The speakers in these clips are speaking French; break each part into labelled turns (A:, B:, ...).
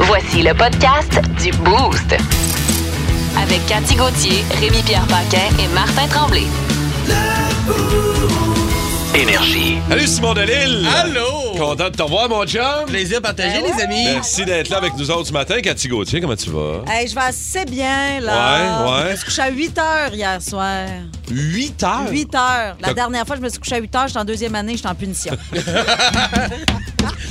A: Voici le podcast du Boost. Avec Cathy Gauthier, Rémi-Pierre Paquin et Martin Tremblay.
B: Énergie.
C: Salut Simon Delille!
D: Allô!
C: Content de te revoir, mon chum!
D: Plaisir partagé,
E: Ben
D: les amis.
C: Merci d'être là avec nous autres ce matin. Cathy Gauthier, comment tu vas?
E: Hey, je vais assez bien, là.
C: Ouais, ouais.
E: Je me suis couché à 8 heures hier soir.
C: 8 heures!
E: 8 heures.
C: T'as-
E: La dernière fois, je me suis couché à 8 heures. J'étais en deuxième année, j'étais en punition.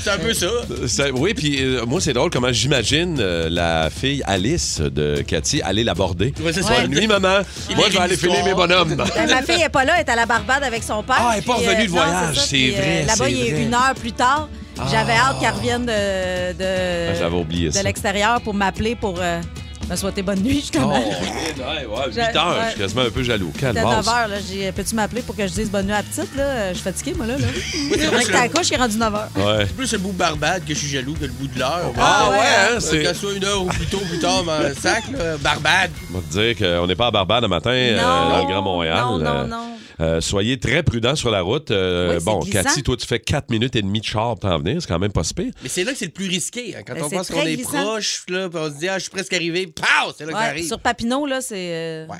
D: C'est un peu ça.
C: Ça- oui, puis euh, moi, c'est drôle comment j'imagine euh, la fille Alice de Cathy aller l'aborder.
D: Ouais, c'est
E: Ouais.
D: ça.
C: Bonne nuit, maman.
D: Il
C: Moi,
D: est
C: je vais aller
D: l'histoire.
C: filer mes bonhommes.
E: Ben, ma fille n'est pas là, elle est à la Barbade avec son père.
C: Ah, elle est pas
E: Puis, euh,
C: revenue de
E: non,
C: voyage,
E: ça.
C: c'est
E: Puis,
C: vrai,
E: Là-bas,
C: c'est
E: il
C: vrai.
E: est une heure plus tard. J'avais hâte qu'elle revienne de, de,
C: Ah, j'avais oublié
E: de
C: ça.
E: l'extérieur pour m'appeler pour euh, me souhaiter bonne nuit,
C: Oh,
E: justement.
C: ouais, ouais, 8
E: Je-
C: heures, je
E: ouais.
C: suis quasiment un peu jaloux. Calme,
E: C'était 9 heures, là. J'ai dit, Peux-tu m'appeler pour que je dise bonne nuit à la petite, là? Je suis fatiguée, moi, là. là. C'est vrai que t'as la couche qui est rendu 9 heures.
C: Ouais.
D: C'est plus le bout barbade que je suis jaloux que le bout de l'heure.
C: Ah, ouais, hein,
D: c'est.
C: c'est.
D: Que ce soit une heure ou plus tôt, plus tard, mais un sac, là, barbade.
C: On va te dire qu'on n'est pas à Barbade le matin euh,
E: Non.
C: dans le Grand Montréal.
E: Non, non,
C: Euh,
E: non.
C: euh, soyez très prudents sur la route. Euh,
E: Oui, c'est
C: bon,
E: glissant.
C: Cathy, toi, tu fais 4 minutes et demie de char pour t'en venir. C'est quand même pas si pire.
D: Mais c'est là que c'est le plus risqué. hein, Quand
E: Mais
D: on
E: Ben, c'est
D: pense qu'on
E: très
D: est
E: glissant.
D: proche, là, puis on se dit, ah, je suis presque arrivé, pow! C'est là que ça
E: Ouais,
D: arrive.
E: sur Papineau, là, c'est. euh,
D: Ouais.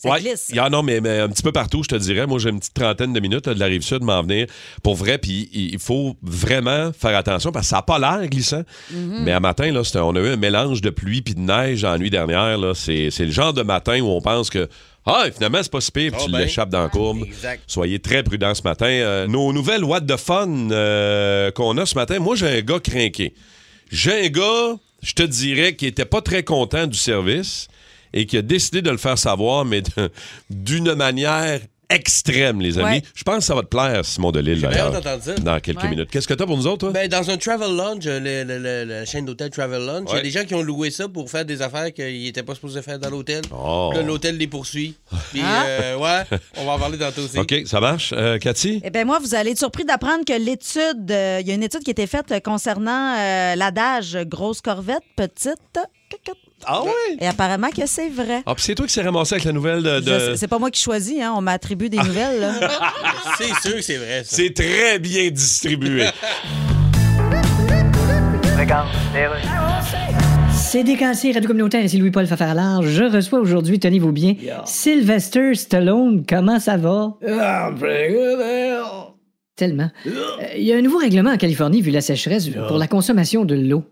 E: Ça
C: Ouais.
E: glisse.
C: Ah non, mais, mais un petit peu partout, je te dirais. Moi, j'ai une petite trentaine de minutes là, de la rive sud m'en venir. Pour vrai, puis il il faut vraiment faire attention parce que ça n'a pas l'air glissant.
E: Mm-hmm.
C: Mais à matin, là, c'était- on a eu un mélange de pluie puis de neige en nuit dernière. là. C'est c'est le genre de matin où on pense que. Ah, finalement, c'est pas si pire, puis
D: Ah
C: tu
D: ben.
C: l'échappes dans la courbe.
D: Exact.
C: Soyez très prudents ce matin. Euh, nos nouvelles What de Fun euh, qu'on a ce matin, moi, j'ai un gars craqué. J'ai un gars, je te dirais, qui était pas très content du service et qui a décidé de le faire savoir, mais de- d'une manière extrême, les amis.
E: Ouais.
C: Je pense que ça va te plaire, Simon Delille,
D: bien
C: d'ailleurs,
D: hâte d'entendre ça.
C: dans quelques
E: Ouais.
C: minutes. Qu'est-ce que t'as pour nous autres, toi?
D: Ben, dans un travel lodge, le- le- le- la chaîne d'hôtel Travel Lodge, il y
C: Ouais.
D: a des gens qui ont loué ça pour faire des affaires qu'ils n'étaient pas supposés faire dans l'hôtel.
C: Oh.
D: Puis là, L'hôtel les poursuit. Puis,
E: Hein?
D: euh, ouais, on va en parler tantôt aussi.
C: OK, ça marche. Euh, Cathy?
E: Eh bien, moi, vous allez être surpris d'apprendre que l'étude, euh, il y a une étude qui a été faite euh, concernant euh, l'adage euh, grosse corvette, petite, cocotte.
C: Ah oui?
E: et apparemment que c'est vrai.
C: Ah, puis c'est toi qui s'est ramassé avec la nouvelle de... Euh, de-
E: Je sais- C'est pas moi qui choisis, hein, on m'attribue des nouvelles. là.
D: C'est sûr que c'est vrai, ça.
C: C'est très bien distribué.
F: CDKC, Radio Communautaire, ici Louis-Paul Fafarlard. Je reçois aujourd'hui, tenez-vous bien, Sylvester Stallone. Comment ça va? Tellement. Euh, Il y a un nouveau règlement en Californie, vu la sécheresse, pour la consommation de l'eau.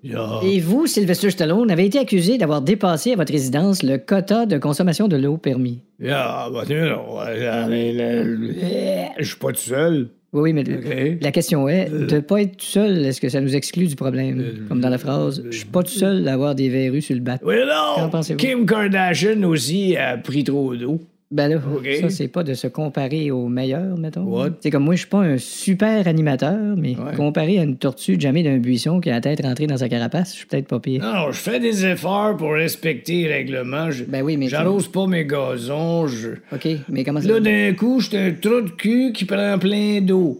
F: Et vous, Sylvester Stallone, avez été accusé d'avoir dépassé à votre résidence le quota de consommation de l'eau permis.
G: Ah, bah, tu sais, non, euh, mais le- je suis pas tout seul.
F: Oui, oui, mais
G: Ok.
F: la question est, de pas être tout seul, est-ce que ça nous exclut du problème? Comme dans la phrase, je suis pas tout seul à avoir des verrues sur le bat.
G: Oui,
F: Qu'en
G: non!
F: pensez-vous?
G: Kim Kardashian aussi a pris trop d'eau.
F: Ben là,
G: OK.
F: ça, c'est pas de se comparer au meilleur, mettons.
G: What?
F: C'est comme moi, je suis pas un super animateur, mais
G: Ouais.
F: comparé à une tortue jamais d'un buisson qui a la tête rentrée dans sa carapace, je suis peut-être pas pire.
G: Non, je fais des efforts pour respecter les règlements. Je-
F: Ben oui, mais-
G: J'arrose pas mes gazons. Je...
F: OK, mais comment ça...
G: Là, d'un coup, j'étais un trou de cul qui prend plein d'eau.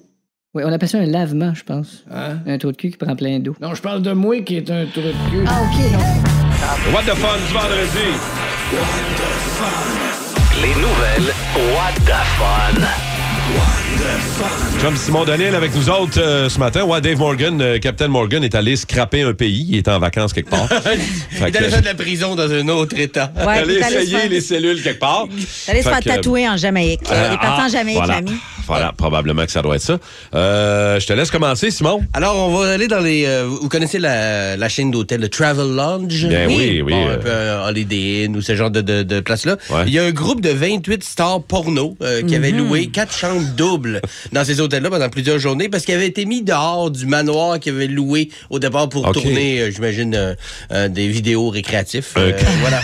F: Oui, on appelle ça un lavement, je pense.
G: Hein?
F: Un trou de cul qui prend plein d'eau.
G: Non, je parle de moi qui est un trou de cul.
C: What the fun du vendredi?
B: Les nouvelles What the Fun.
C: Comme Simon Daniel avec nous autres euh, ce matin. Ouais, Dave Morgan, euh, Captain Morgan est allé scraper un pays. Il est en vacances quelque part. euh,
D: Il est allé faire de la prison dans un autre état.
E: Ouais,
C: allé
E: puis t'allais se
C: essayer
E: faire-
C: les cellules quelque part.
E: t'allais se
C: Fait
E: faire
C: que,
E: tatouer en Jamaïque. Il
C: euh,
E: est parti
C: ah,
E: en Jamaïque,
C: voilà.
E: l'ami.
C: Voilà, probablement que ça doit être ça. Euh, je te laisse commencer, Simon.
D: Alors, on va aller dans les. euh, vous connaissez la, la chaîne d'hôtel, le Travel Lodge?
C: Ben oui, oui,
D: Bon,
C: euh.
D: Un peu euh, Holiday Inn ou ce genre de, de, de place-là.
C: Ouais.
D: Il y a un groupe de 28 stars porno euh, qui avaient loué quatre chambres doubles dans ces hôtels-là pendant plusieurs journées parce qu'ils avaient été mis dehors du manoir qu'ils avaient loué au départ pour
C: Ok.
D: tourner, euh, j'imagine, euh, euh, des vidéos récréatives. Euh, voilà.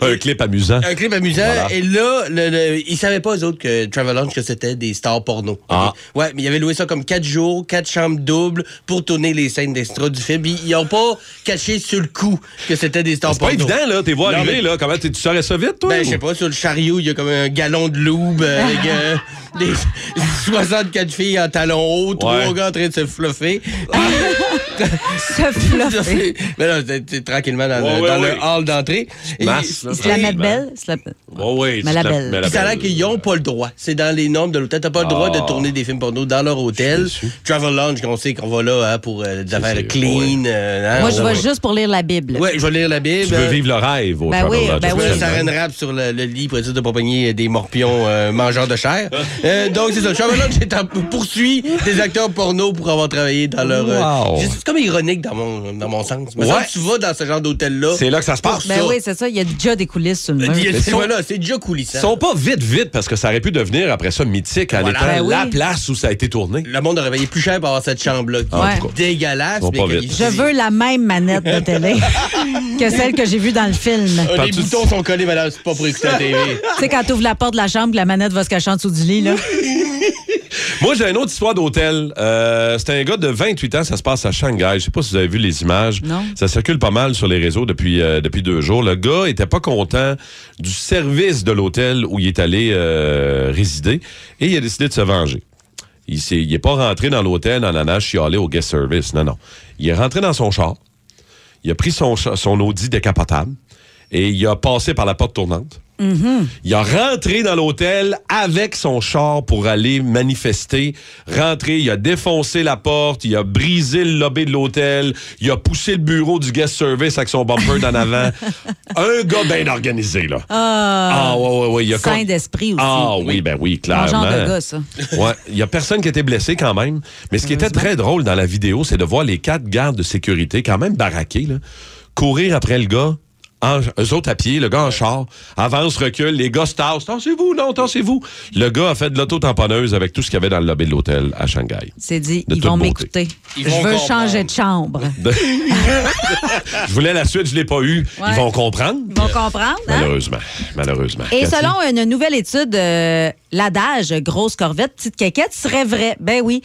C: Un clip amusant.
D: Un clip amusant.
C: Voilà.
D: Et là, le, le- ils savaient pas, eux autres, que Travel Lodge, que c'était des stars porno.
C: Ah.
D: Ouais, mais ils avaient loué ça comme quatre jours, quatre chambres doubles pour tourner les scènes d'extra du film. Puis ils ont pas caché sur le coup que c'était des stars
C: C'est pas
D: porno. Ben,
C: évident, là. T'es voir
D: Non,
C: arriver,
D: mais-
C: là. Comment t'es- tu saurais ça vite, toi?
D: Ben, je sais pas, sur le chariot, il y a comme un galon de lube, avec euh, des, 64 filles en talons hauts, trois
C: Ouais.
D: gars en train de se fluffer.
E: Se fluffer.
D: Mais là, t'es- t'es tranquillement dans,
C: Ouais,
D: le,
C: ouais,
D: dans
C: ouais.
D: le hall d'entrée. Et-
C: Masse, là,
E: Se la mettre
C: tranquillement.
E: belle. se la-
C: Ouais, ouais,
E: Mais
C: tu
E: la
C: te
E: belle.
C: mais
D: Puis ça a l'air
C: belle.
D: qu'ils n'ont pas le droit. C'est dans les normes de l'hôtel. T'as pas le droit
C: Ah.
D: de tourner des films porno dans leur hôtel. Travel Lounge, qu'on sait qu'on va là hein, pour euh, des
C: c'est-
D: affaires clean. euh, hein,
E: Moi, je
D: on-
E: vais juste pour lire la Bible.
D: Ouais, je vais lire la Bible.
C: Tu
D: Ah
C: veux vivre le rêve au
E: Ben
C: Travel
E: oui,
C: Lodge,
E: ben
D: Je
E: oui.
D: mets un
C: absolument.
D: saran wrap sur le, le lit pour essayer de pas pogner des morpions euh, mangeurs de chair. Euh, donc, c'est ça. Travel Lodge est en poursuit des acteurs porno pour avoir travaillé dans leur... euh,
C: Wow.
D: c'est- c'est comme ironique dans mon, dans mon sens. Mais
C: Ouais.
D: tu vas dans ce genre d'hôtel-là...
C: C'est là que ça se passe.
E: Ben
D: ça.
E: oui, c'est ça. Il y a déjà des coulisses sur le mur.
D: Il y a-
C: Mais sont-
D: voilà, c'est déjà
C: Ils
D: coulissant.
C: sont pas vite, vite, parce que ça aurait pu devenir, après ça, mythique en
D: Voilà.
C: étant
E: Ben oui.
C: la place où ça a été tourné.
D: Le monde aurait payé plus cher pour avoir cette chambre-là. qui
E: Ouais.
D: est Dégueulasse.
C: Ils vont
D: mais
C: pas
D: que-
C: vite.
E: Je veux la même manette de télé que celle que j'ai vue dans le film.
D: Euh, Les
C: T'as-tu-
D: boutons sont collés, madame. C'est pas pour écouter la TV.
E: Tu sais, quand t'ouvres la porte de la chambre, la manette va se cacher en dessous du lit, là.
C: Moi, j'ai une autre histoire d'hôtel. Euh, c'est un gars de 28 ans, ça se passe à Shanghai. Je sais pas si vous avez vu les images.
E: Non.
C: Ça circule pas mal sur les réseaux depuis, euh, depuis deux jours. Le gars était pas content du service de l'hôtel où il est allé euh, résider et il a décidé de se venger. Il s'est- il est pas rentré dans l'hôtel en allant chialer au guest service. Non, non. Il est rentré dans son char. Il a pris son, cha- son Audi décapotable et il a passé par la porte tournante.
E: Mm-hmm.
C: Il a rentré dans l'hôtel avec son char pour aller manifester. Rentré, il a défoncé la porte, il a brisé le lobby de l'hôtel, il a poussé le bureau du guest service avec son bumper d'en avant. Un gars bien organisé, là. Ah, ouais, ouais, ouais. Il a
E: Sain
C: con-
E: d'esprit aussi.
C: Ah, oui, ben oui, clairement.
E: genre de gars, ça.
C: Ouais, il y a personne qui a été blessé quand même. Mais ce qui était très drôle dans la vidéo, c'est de voir les quatre gardes de sécurité, quand même baraqués, là, courir après le gars. En, eux autres à pied, le gars en char, avance, recule, les gars se tassent. Tassez-vous, non, tassez-vous. Le gars a fait de l'auto-tamponneuse avec tout ce qu'il y avait dans le lobby de l'hôtel à Shanghai.
E: C'est dit,
C: De
E: ils
C: toute
E: vont
C: beauté.
E: m'écouter.
D: Ils
E: Je
D: vont
E: veux
D: comprendre.
E: changer de chambre.
C: De- je voulais la suite, je l'ai pas eu.
E: Ouais.
C: Ils vont comprendre.
E: Ils vont comprendre, hein?
C: Malheureusement. Malheureusement.
E: Et
C: Cathy?
E: selon une nouvelle étude, euh, l'adage grosse corvette, petite quéquette serait vrai. Ben oui.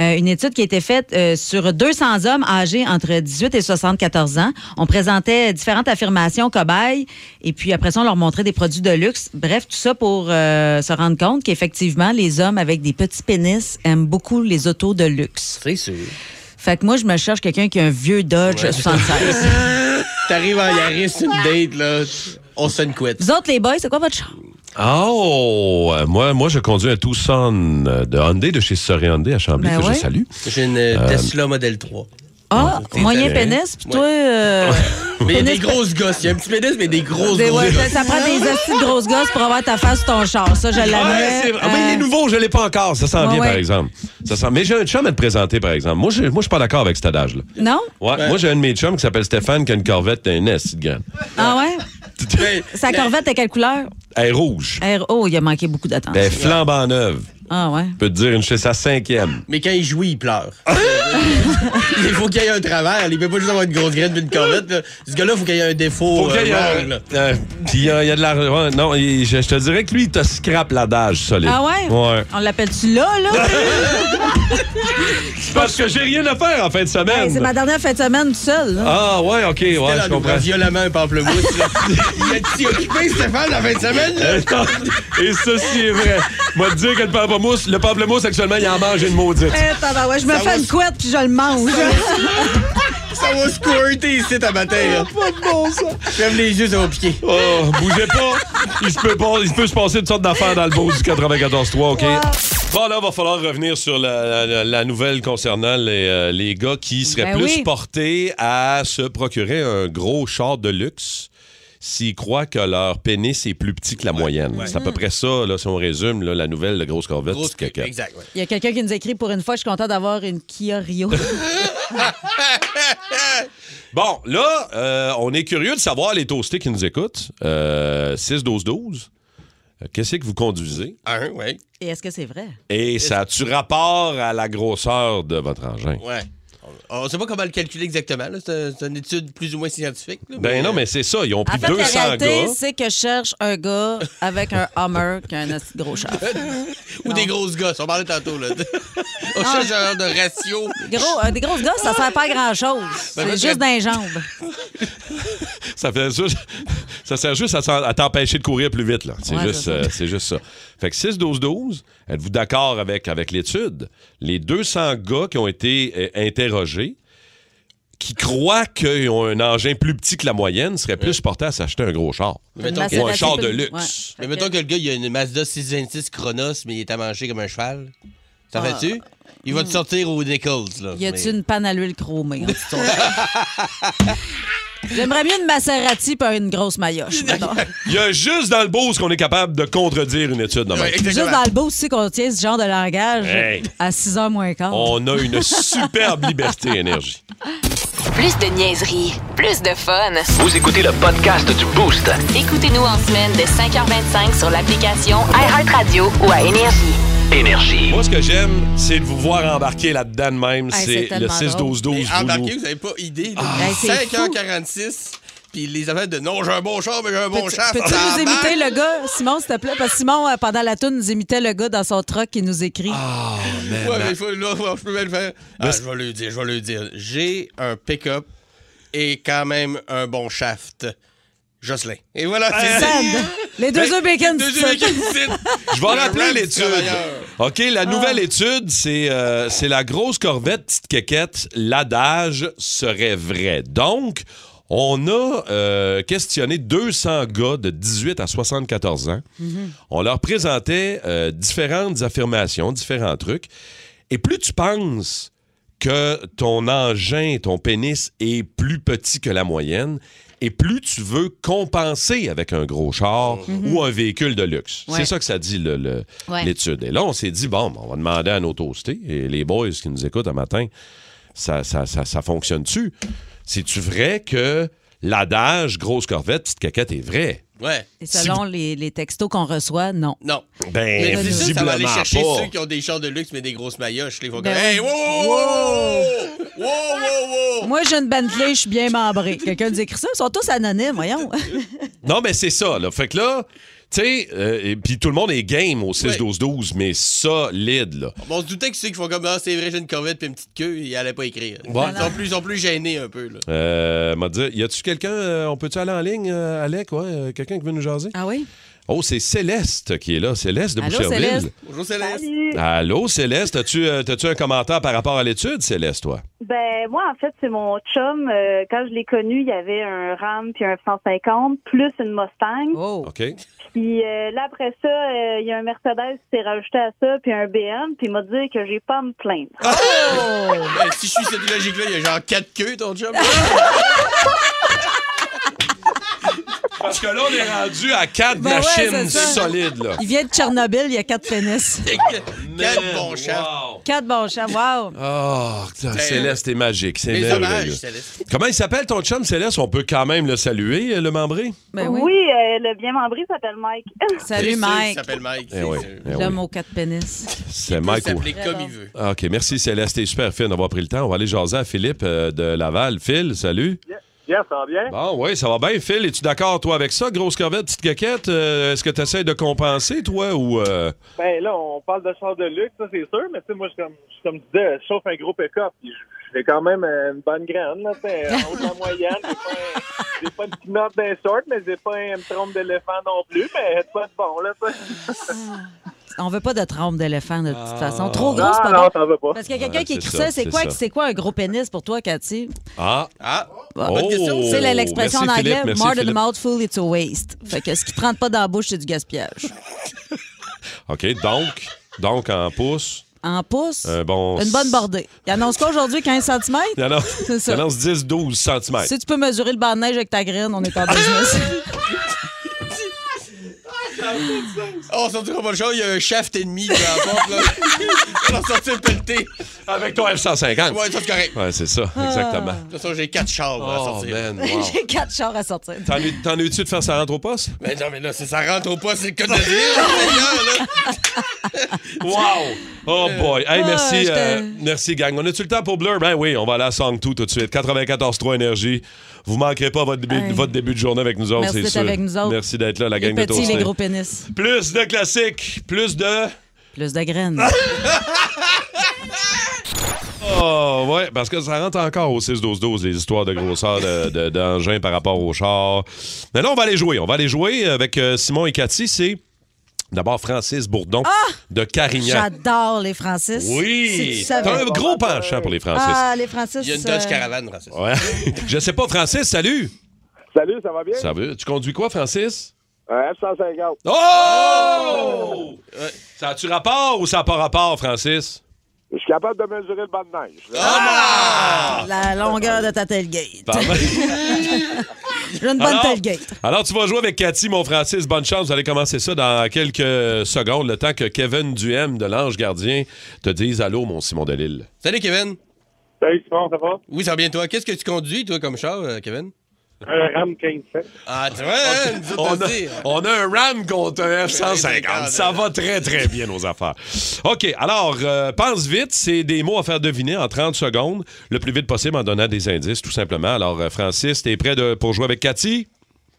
E: Euh, une étude qui a été faite euh, sur 200 hommes âgés entre 18 et 74 ans. On présentait différentes affirmations cobayes et puis après ça, on leur montrait des produits de luxe. Bref, tout ça pour euh, se rendre compte qu'effectivement, les hommes avec des petits pénis aiment beaucoup les autos de luxe.
D: C'est sûr.
E: Fait que moi, je me cherche quelqu'un qui a un vieux Dodge 76.
D: T'arrives en Yaris, une date, là. On sonne quit.
E: Vous autres, les boys, c'est quoi votre char?
C: Oh, euh, moi, moi, je conduis un Tucson euh, de Hyundai, de chez Soré Hyundai à Chambly,
E: Ben
C: que
E: ouais.
C: je salue.
D: J'ai une euh, Tesla Model 3.
E: Ah,
D: t'es
E: moyen
C: allé.
E: pénis, puis toi... euh,
D: Mais il y a des grosses gosses. Il y a un petit pénis, mais des grosses
E: Des-
D: grosses
E: ouais, ça,
D: gosses.
E: ça prend des hosties de grosses gosses pour avoir ta face sur ton char. Ça, je l'admets.
C: Ouais, c'est vrai. Ah, mais il est
E: Euh,
C: nouveau, je l'ai pas encore. Ça sent
E: Ouais,
C: bien,
E: ouais.
C: par exemple. Ça sent... Mais j'ai un chum à te présenter, par exemple. Moi, je moi, je suis pas d'accord avec cet adage-là.
E: Euh, Non?
C: Ouais, Moi, j'ai un de mes chums qui s'appelle Stéphane qui a une corvette d'un S, de grande.
E: Ah ouais?
D: Mais-
E: Sa corvette est quelle couleur?
C: Elle est rouge.
E: R- Oh, il a manqué beaucoup d'attente.
C: Elle est flambant neuve.
E: Ah ouais.
C: Je peux te dire, une chez sa cinquième.
D: Mais quand il jouit, il pleure. il faut qu'il y ait un travers. Il peut pas juste avoir une grosse graine puis une corvette. là. Ce gars-là, il faut qu'il y ait un défaut.
C: Faut qu'il y ait
D: euh,
C: un-
D: rare, là.
C: Euh, Puis euh, il y a de la. ouais, non, il- je, je te dirais que lui, il te scrape l'adage solide.
E: Ah ouais?
C: Ouais.
E: On l'appelle-tu là, là?
C: Parce que j'ai rien à faire en fin de semaine.
E: Hey, c'est ma dernière fin de semaine tout seul. là.
C: Ah ouais, OK, ouais,
D: Elle en
C: je
D: nous prend
C: comprends.
D: violemment un pamplemousse. là. il a-t-il occupé Stéphane la fin de semaine? là?
C: Attends, Et ceci est vrai. Moi, te dire que le pamplemousse, le pamplemousse, actuellement, il en mange une maudite.
E: Eh, tabarouette, je me fais une couette puis je le mange.
D: Ça va squirter ici, ta matin. là.
C: Pas de bon sens.
D: Ferme les yeux, ça va piquer.
C: Oh, bougez pas. Il se peut, pas, il se peut se passer toutes sortes d'affaires dans le beau du 94.3, OK? Bon, là, va falloir revenir sur la, la- la nouvelle concernant les, euh, les gars qui seraient
E: Ben
C: plus
E: oui.
C: portés à se procurer un gros char de luxe s'ils croient que leur pénis est plus petit que la moyenne. C'est à peu près ça, là, si on résume, là, la nouvelle de Grosse Corvette.
D: Grosse
C: petite coquette.
D: Exact. ouais.
E: Il y a quelqu'un qui nous écrit pour une fois, je suis content d'avoir une Kia Rio.
C: Bon, là, euh, on est curieux de savoir, les toastés qui nous écoutent, euh, 6-12-12, euh, qu'est-ce que vous conduisez?
D: Un, ouais.
E: Et est-ce que c'est vrai?
C: Et ça a-tu rapport à la grosseur de votre engin?
D: Ouais. On ne sait pas comment le calculer exactement. là. C'est c'est une étude plus ou moins scientifique. là,
C: Ben non, mais c'est ça. Ils ont
E: En
C: pris
E: fait,
C: 200
E: la réalité,
C: gars.
E: c'est que je cherche un gars avec un Hummer qui a un esti de gros char.
D: euh, Ou des grosses gosses. On parlait tantôt. Là. On cherche un genre de ratio.
E: Gros, euh, des grosses gosses, ça sert pas à grand-chose.
D: moi,
E: C'est
D: je-
E: juste d'un jambes.
C: Ça fait ça. Ça sert juste à, s'en- à t'empêcher de courir plus vite. là. C'est
E: Ouais,
C: juste,
E: c'est ça.
C: euh, c'est juste ça. Fait que 6-12-12, êtes-vous d'accord avec, avec l'étude? Les 200 gars qui ont été euh, interrogés, qui croient qu'ils ont un engin plus petit que la moyenne, seraient plus portés à s'acheter un gros char.
D: Mettons que-
E: Maserati
C: Ou un char de
E: Polo.
C: luxe.
E: Ouais.
D: Mais mettons que le gars, il a une Mazda 626 Chronos, mais il est à manger comme un cheval. Ça
E: Ah.
D: fait-tu? Il va te sortir au Nichols, là.
E: Y a-tu
D: mais-
E: une panne à l'huile chromée? en dessous de ton- J'aimerais mieux une Maserati pas une grosse maillotche. mettons.
C: Il y a juste dans le beau ce qu'on est capable de contredire une étude. de même.
D: Ouais,
E: Juste
D: exactement.
E: dans le beau, tu sais qu'on tient ce genre de langage
C: Hey.
E: à 6h moins quart.
C: On a une superbe liberté énergie.
A: Plus de niaiserie, plus de fun.
B: Vous écoutez le podcast du Boost.
A: Écoutez-nous en semaine de 5h25 sur l'application iHeartRadio ou à Énergie.
B: Énergie.
C: Moi, ce que j'aime, c'est de vous voir embarquer là-dedans de même.
E: c'est
C: c'est le
E: tellement
C: 6-12-12.
D: Mais
C: vous
D: embarqué,
C: nous-
D: vous n'avez pas idée. là.
E: Hey, c'est
D: 5h46, puis les affaires de non, j'ai un bon char, mais j'ai un bon
E: Peux-tu
D: char.
E: peux-tu nous imiter le gars, Simon, s'il te plaît? Parce que Simon, euh, pendant la toune, nous imitait le gars dans son truck qui nous écrit.
C: Euh,
D: Ouais, mais il faut, là, faut- je peux bien le faire. Ah, je vais le dire, je vais le dire. J'ai un pick-up et quand même un bon shaft. Jocelyn. Et voilà,
C: Euh,
D: c'est
E: Sand. Les deux œufs bacon.
D: Ben, Deux
E: c'est ça.
D: yeux qui visitent.
C: Je vais en
D: Le
C: rappeler
D: rap du
C: l'étude.
D: Ben, travailleur.
C: OK, la nouvelle
E: Ah.
C: étude, c'est euh, c'est la grosse corvette, petite quéquette, l'adage serait vrai. Donc, on a euh, questionné 200 gars de 18 à 74 ans.
E: Mm-hmm.
C: On leur présentait euh, différentes affirmations, différents trucs. Et plus tu penses que ton engin, ton pénis est plus petit que la moyenne, et plus tu veux compenser avec un gros char ou un véhicule de luxe.
E: Mm-hmm. Ouais.
C: C'est ça que ça dit le- le-
E: Ouais.
C: l'étude. Et là, on s'est dit, bon, ben, on va demander à nos toastés et les boys qui nous écoutent un matin, ça, ça, ça, ça fonctionne-tu? C'est-tu vrai que l'adage grosse corvette, petite caquette est vrai?
D: Ouais.
E: Et selon les, les textos qu'on reçoit, non.
D: Non.
C: Ben,
D: Mais c'est ça, ça va aller
C: visiblement
D: chercher
C: pas.
D: ceux qui ont des chars de luxe, mais des grosses maillotches. là. Ils vont
E: Ben
D: comme, hey,
E: oui.
D: wow, wow, wow, wow, wow, wow.
E: Moi, j'ai une Bentley, je suis bien membrée. Quelqu'un nous écrit ça? Ils sont tous anonymes, voyons.
C: Non, mais c'est ça. Là. Fait que là, tu sais, euh, et puis tout le monde est game au 6-12-12, mais solide, là.
D: Bon, on se doutait que ceux qui font comme, ah, c'est vrai, j'ai une corvette puis une petite queue, ils allaient pas écrire. Ils, sont plus, ils sont plus gênés un peu, là.
C: Euh, m'a dit, y a-tu quelqu'un, euh, on peut-tu aller en ligne, euh, Alec, ouais, euh, quelqu'un qui veut nous jaser?
E: Ah oui?
C: Oh, c'est Céleste qui est là, Céleste de
E: Allô,
C: Boucherville.
E: Céleste.
D: Bonjour, Céleste.
C: Allô, Céleste, as-tu euh, t'as-tu un commentaire par rapport à l'étude, Céleste, toi?
H: Ben moi en fait c'est mon chum. Euh, quand je l'ai connu, il y avait un Ram puis un F-150 plus une Mustang.
E: Oh.
C: OK?
H: Puis euh, là après ça, euh, il y a un Mercedes qui s'est rajouté à ça puis un BM puis il m'a dit que j'ai pas à me plaindre.
E: Ah,
D: Ben, si je suis cette logique-là, il y a genre quatre queues, ton job.
C: Parce que là, on est rendu à 4
E: Ben ouais,
C: machines
E: c'est ça.
C: solides, là.
E: Il vient de Tchernobyl, il y a quatre pénis.
D: quatre bons chars.
C: Wow.
E: Quatre bons chats, wow!
C: Oh, putain,
D: Ben,
C: Céleste est magique, c'est
D: Des
C: merveilleux.
D: hommages, Céleste.
C: Comment il s'appelle ton chum, Céleste? On peut quand même le saluer, euh, le membré?
E: Ben
H: oui,
E: oui.
H: euh, le bien membré s'appelle Mike.
E: Salut,
D: Il
E: Mike.
D: s'appelle Mike.
C: Eh oui, eh oui.
E: L'homme aux quatre pénis.
C: C'est
D: Il
C: Mike.
D: peut s'appeler
C: Ward.
D: comme il veut.
C: Ah, OK, merci Céleste, t'es super fine d'avoir pris le temps. On va aller jaser à Philippe euh, de Laval. Phil, salut.
I: Yes, ça va bien?
C: Bon, oui, ça va bien, Phil. Es-tu d'accord, toi, avec ça? Grosse corvette, petite coquette. Euh, Est-ce que tu essaies de compenser, toi, ou... euh,
I: Ben là, on parle de char de luxe, ça c'est sûr, mais tu sais, moi, je suis comme, je suis comme tu disais, je chauffe un gros pick-up, puis je je fais quand même euh, une bonne graine, là, tu sais, en haut de la moyenne. J'ai pas un- J'ai pas une pinotte d'un short, mais j'ai pas un trompe d'éléphant non plus, mais c'est pas de bon, là, ça.
E: On veut pas de trompe d'éléphant, de toute façon. Trop gros, c'est
I: Ah
E: pas
I: non,
E: bon.
I: ça va pas.
E: Parce qu'il y a quelqu'un
C: Ouais,
E: qui écrit
C: c'est
E: ça,
C: ça,
E: c'est
C: c'est
E: quoi,
C: ça.
E: c'est quoi un gros pénis pour toi, Cathy?
C: Ah,
D: Ah,
C: oh,
D: bonne question.
E: C'est la- l'expression en
C: Merci,
E: anglais,
C: Philippe, merci,
E: more than a
C: Philippe.
E: mouthful, it's a waste. Fait que ce qui te rentre pas dans la bouche, c'est du gaspillage.
C: OK, donc, donc en pouce,
E: En pouce,
C: un bon...
E: une bonne bordée. Il annonce quoi aujourd'hui, 15 cm?
C: Il annonce,
E: C'est ça.
C: il annonce 10-12 cm.
E: Si tu peux mesurer le banc de neige avec ta graine, on est en business.
D: Oh, on sortira pas le char, il y a un shaft ennemi dans la porte, là. On va sortir pelleté.
C: Avec ton F-150.
D: Ouais, ça, c'est correct. De
C: Ouais, c'est ça,
E: Ah.
C: exactement.
D: toute façon, j'ai quatre chars là, à
C: Oh,
D: sortir.
C: man, wow.
E: J'ai quatre chars à sortir.
C: T'en es- T'en es-tu de faire ça rentre au poste?
D: Mais non, mais là, si ça rentre ou pas, c'est le code de dire.
C: Wow! Oh boy! Hey,
E: Ah,
C: merci,
E: j'étais-
C: euh, merci, gang. On a-tu le temps pour Blur? Ben oui, on va aller à Song 2 tout de suite. 94.3 Énergie. Vous manquerez pas votre début,
E: Hey.
C: votre début de journée avec nous autres,
E: Merci
C: c'est
E: d'être
C: sûr.
E: avec nous autres.
C: Merci d'être là, la
E: Les
C: gang de
E: petits, les
C: Toastés.
E: gros pénis.
C: Plus de Ah. classiques, plus de...
E: Plus de graines.
C: Oh, ouais, parce que ça rentre encore au 6-12-12, les histoires de grosseur de- de- d'engins par rapport au char. Mais là, on va aller jouer. On va aller jouer avec euh, Simon et Cathy. C'est d'abord Francis Bourdon de Carignan.
E: Ah! J'adore les Francis. Si tu
C: Oui!
E: savais.
C: T'as un gros penchant pour les Francis.
E: Ah, les Francis.
D: Il y a une
E: euh,
D: Dodge Caravan, Francis.
C: Ouais. Je sais pas, Francis, salut!
I: Salut, ça va bien? Euh,
C: Ça veut... Tu conduis quoi, Francis?
I: Un F-150.
C: Oh! Ouais. Ça a-tu rapport ou ça n'a pas rapport, Francis?
I: Je suis capable de mesurer le banc de neige.
E: La longueur de ta tailgate.
C: Pardon.
E: J'ai une bonne
C: Alors-
E: tailgate.
C: Alors, tu vas jouer avec Cathy, mon Francis. Bonne chance. Vous allez commencer ça dans quelques secondes, le temps que Kevin Duhem de l'Ange Gardien te dise Allô, mon Simon Delille.
D: Salut, Kevin.
I: Salut, Simon, ça va?
D: Oui, ça va bien, toi. Qu'est-ce que tu conduis, toi, comme char, euh, Kevin?
I: Un RAM 1500.
D: Ah, tu vois, hein, nous autres,
C: Euh, On
D: on
C: a,
D: le sait.
C: on a un RAM contre un F-150. Ça va très, très bien, nos affaires. OK, alors, euh, pense vite. C'est des mots à faire deviner en 30 secondes, le plus vite possible en donnant des indices, tout simplement. Alors, euh, Francis, t'es prêt de- pour jouer avec Cathy?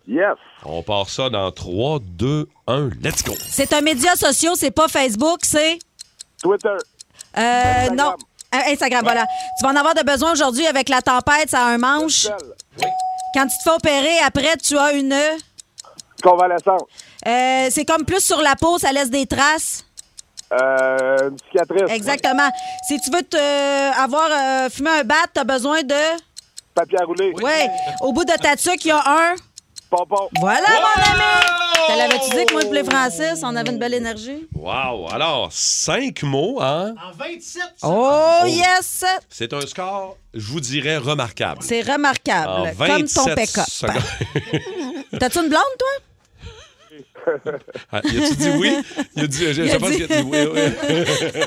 I: Yes.
C: On part ça dans 3, 2, 1. Let's go!
E: C'est un média social, c'est pas Facebook, c'est.
I: Twitter.
E: Euh, non. Euh, Instagram, voilà. Tu vas en avoir de besoin aujourd'hui avec la tempête, ça a un manche.
I: Belle.
E: Quand tu te fais opérer, après, tu as une. euh,
I: Convalescence.
E: c'est comme plus sur la peau, ça laisse des traces.
I: Euh, une cicatrice.
E: Exactement. Si tu veux te, euh, avoir euh, fumé un bat, tu as besoin de.
I: Papier à rouler.
E: Oui. Au bout de ta tuque, il y a un.
I: Pompon.
E: Voilà, mon ami! Tu l'avais-tu dit que moi, je Francis, on avait une belle énergie?
C: Wow! Alors, 5 mots, hein?
E: Oh, yes!
C: C'est un score, je vous dirais, remarquable.
E: C'est
C: En
E: remarquable. Comme
C: 27
E: ton pick-up.
C: Ah, secondes.
E: T'as-tu une blonde, toi?
C: Ah, il a-tu dit oui? Il a dit, je, je
E: a
C: pense
E: dit-
C: qu'il a dit oui. oui.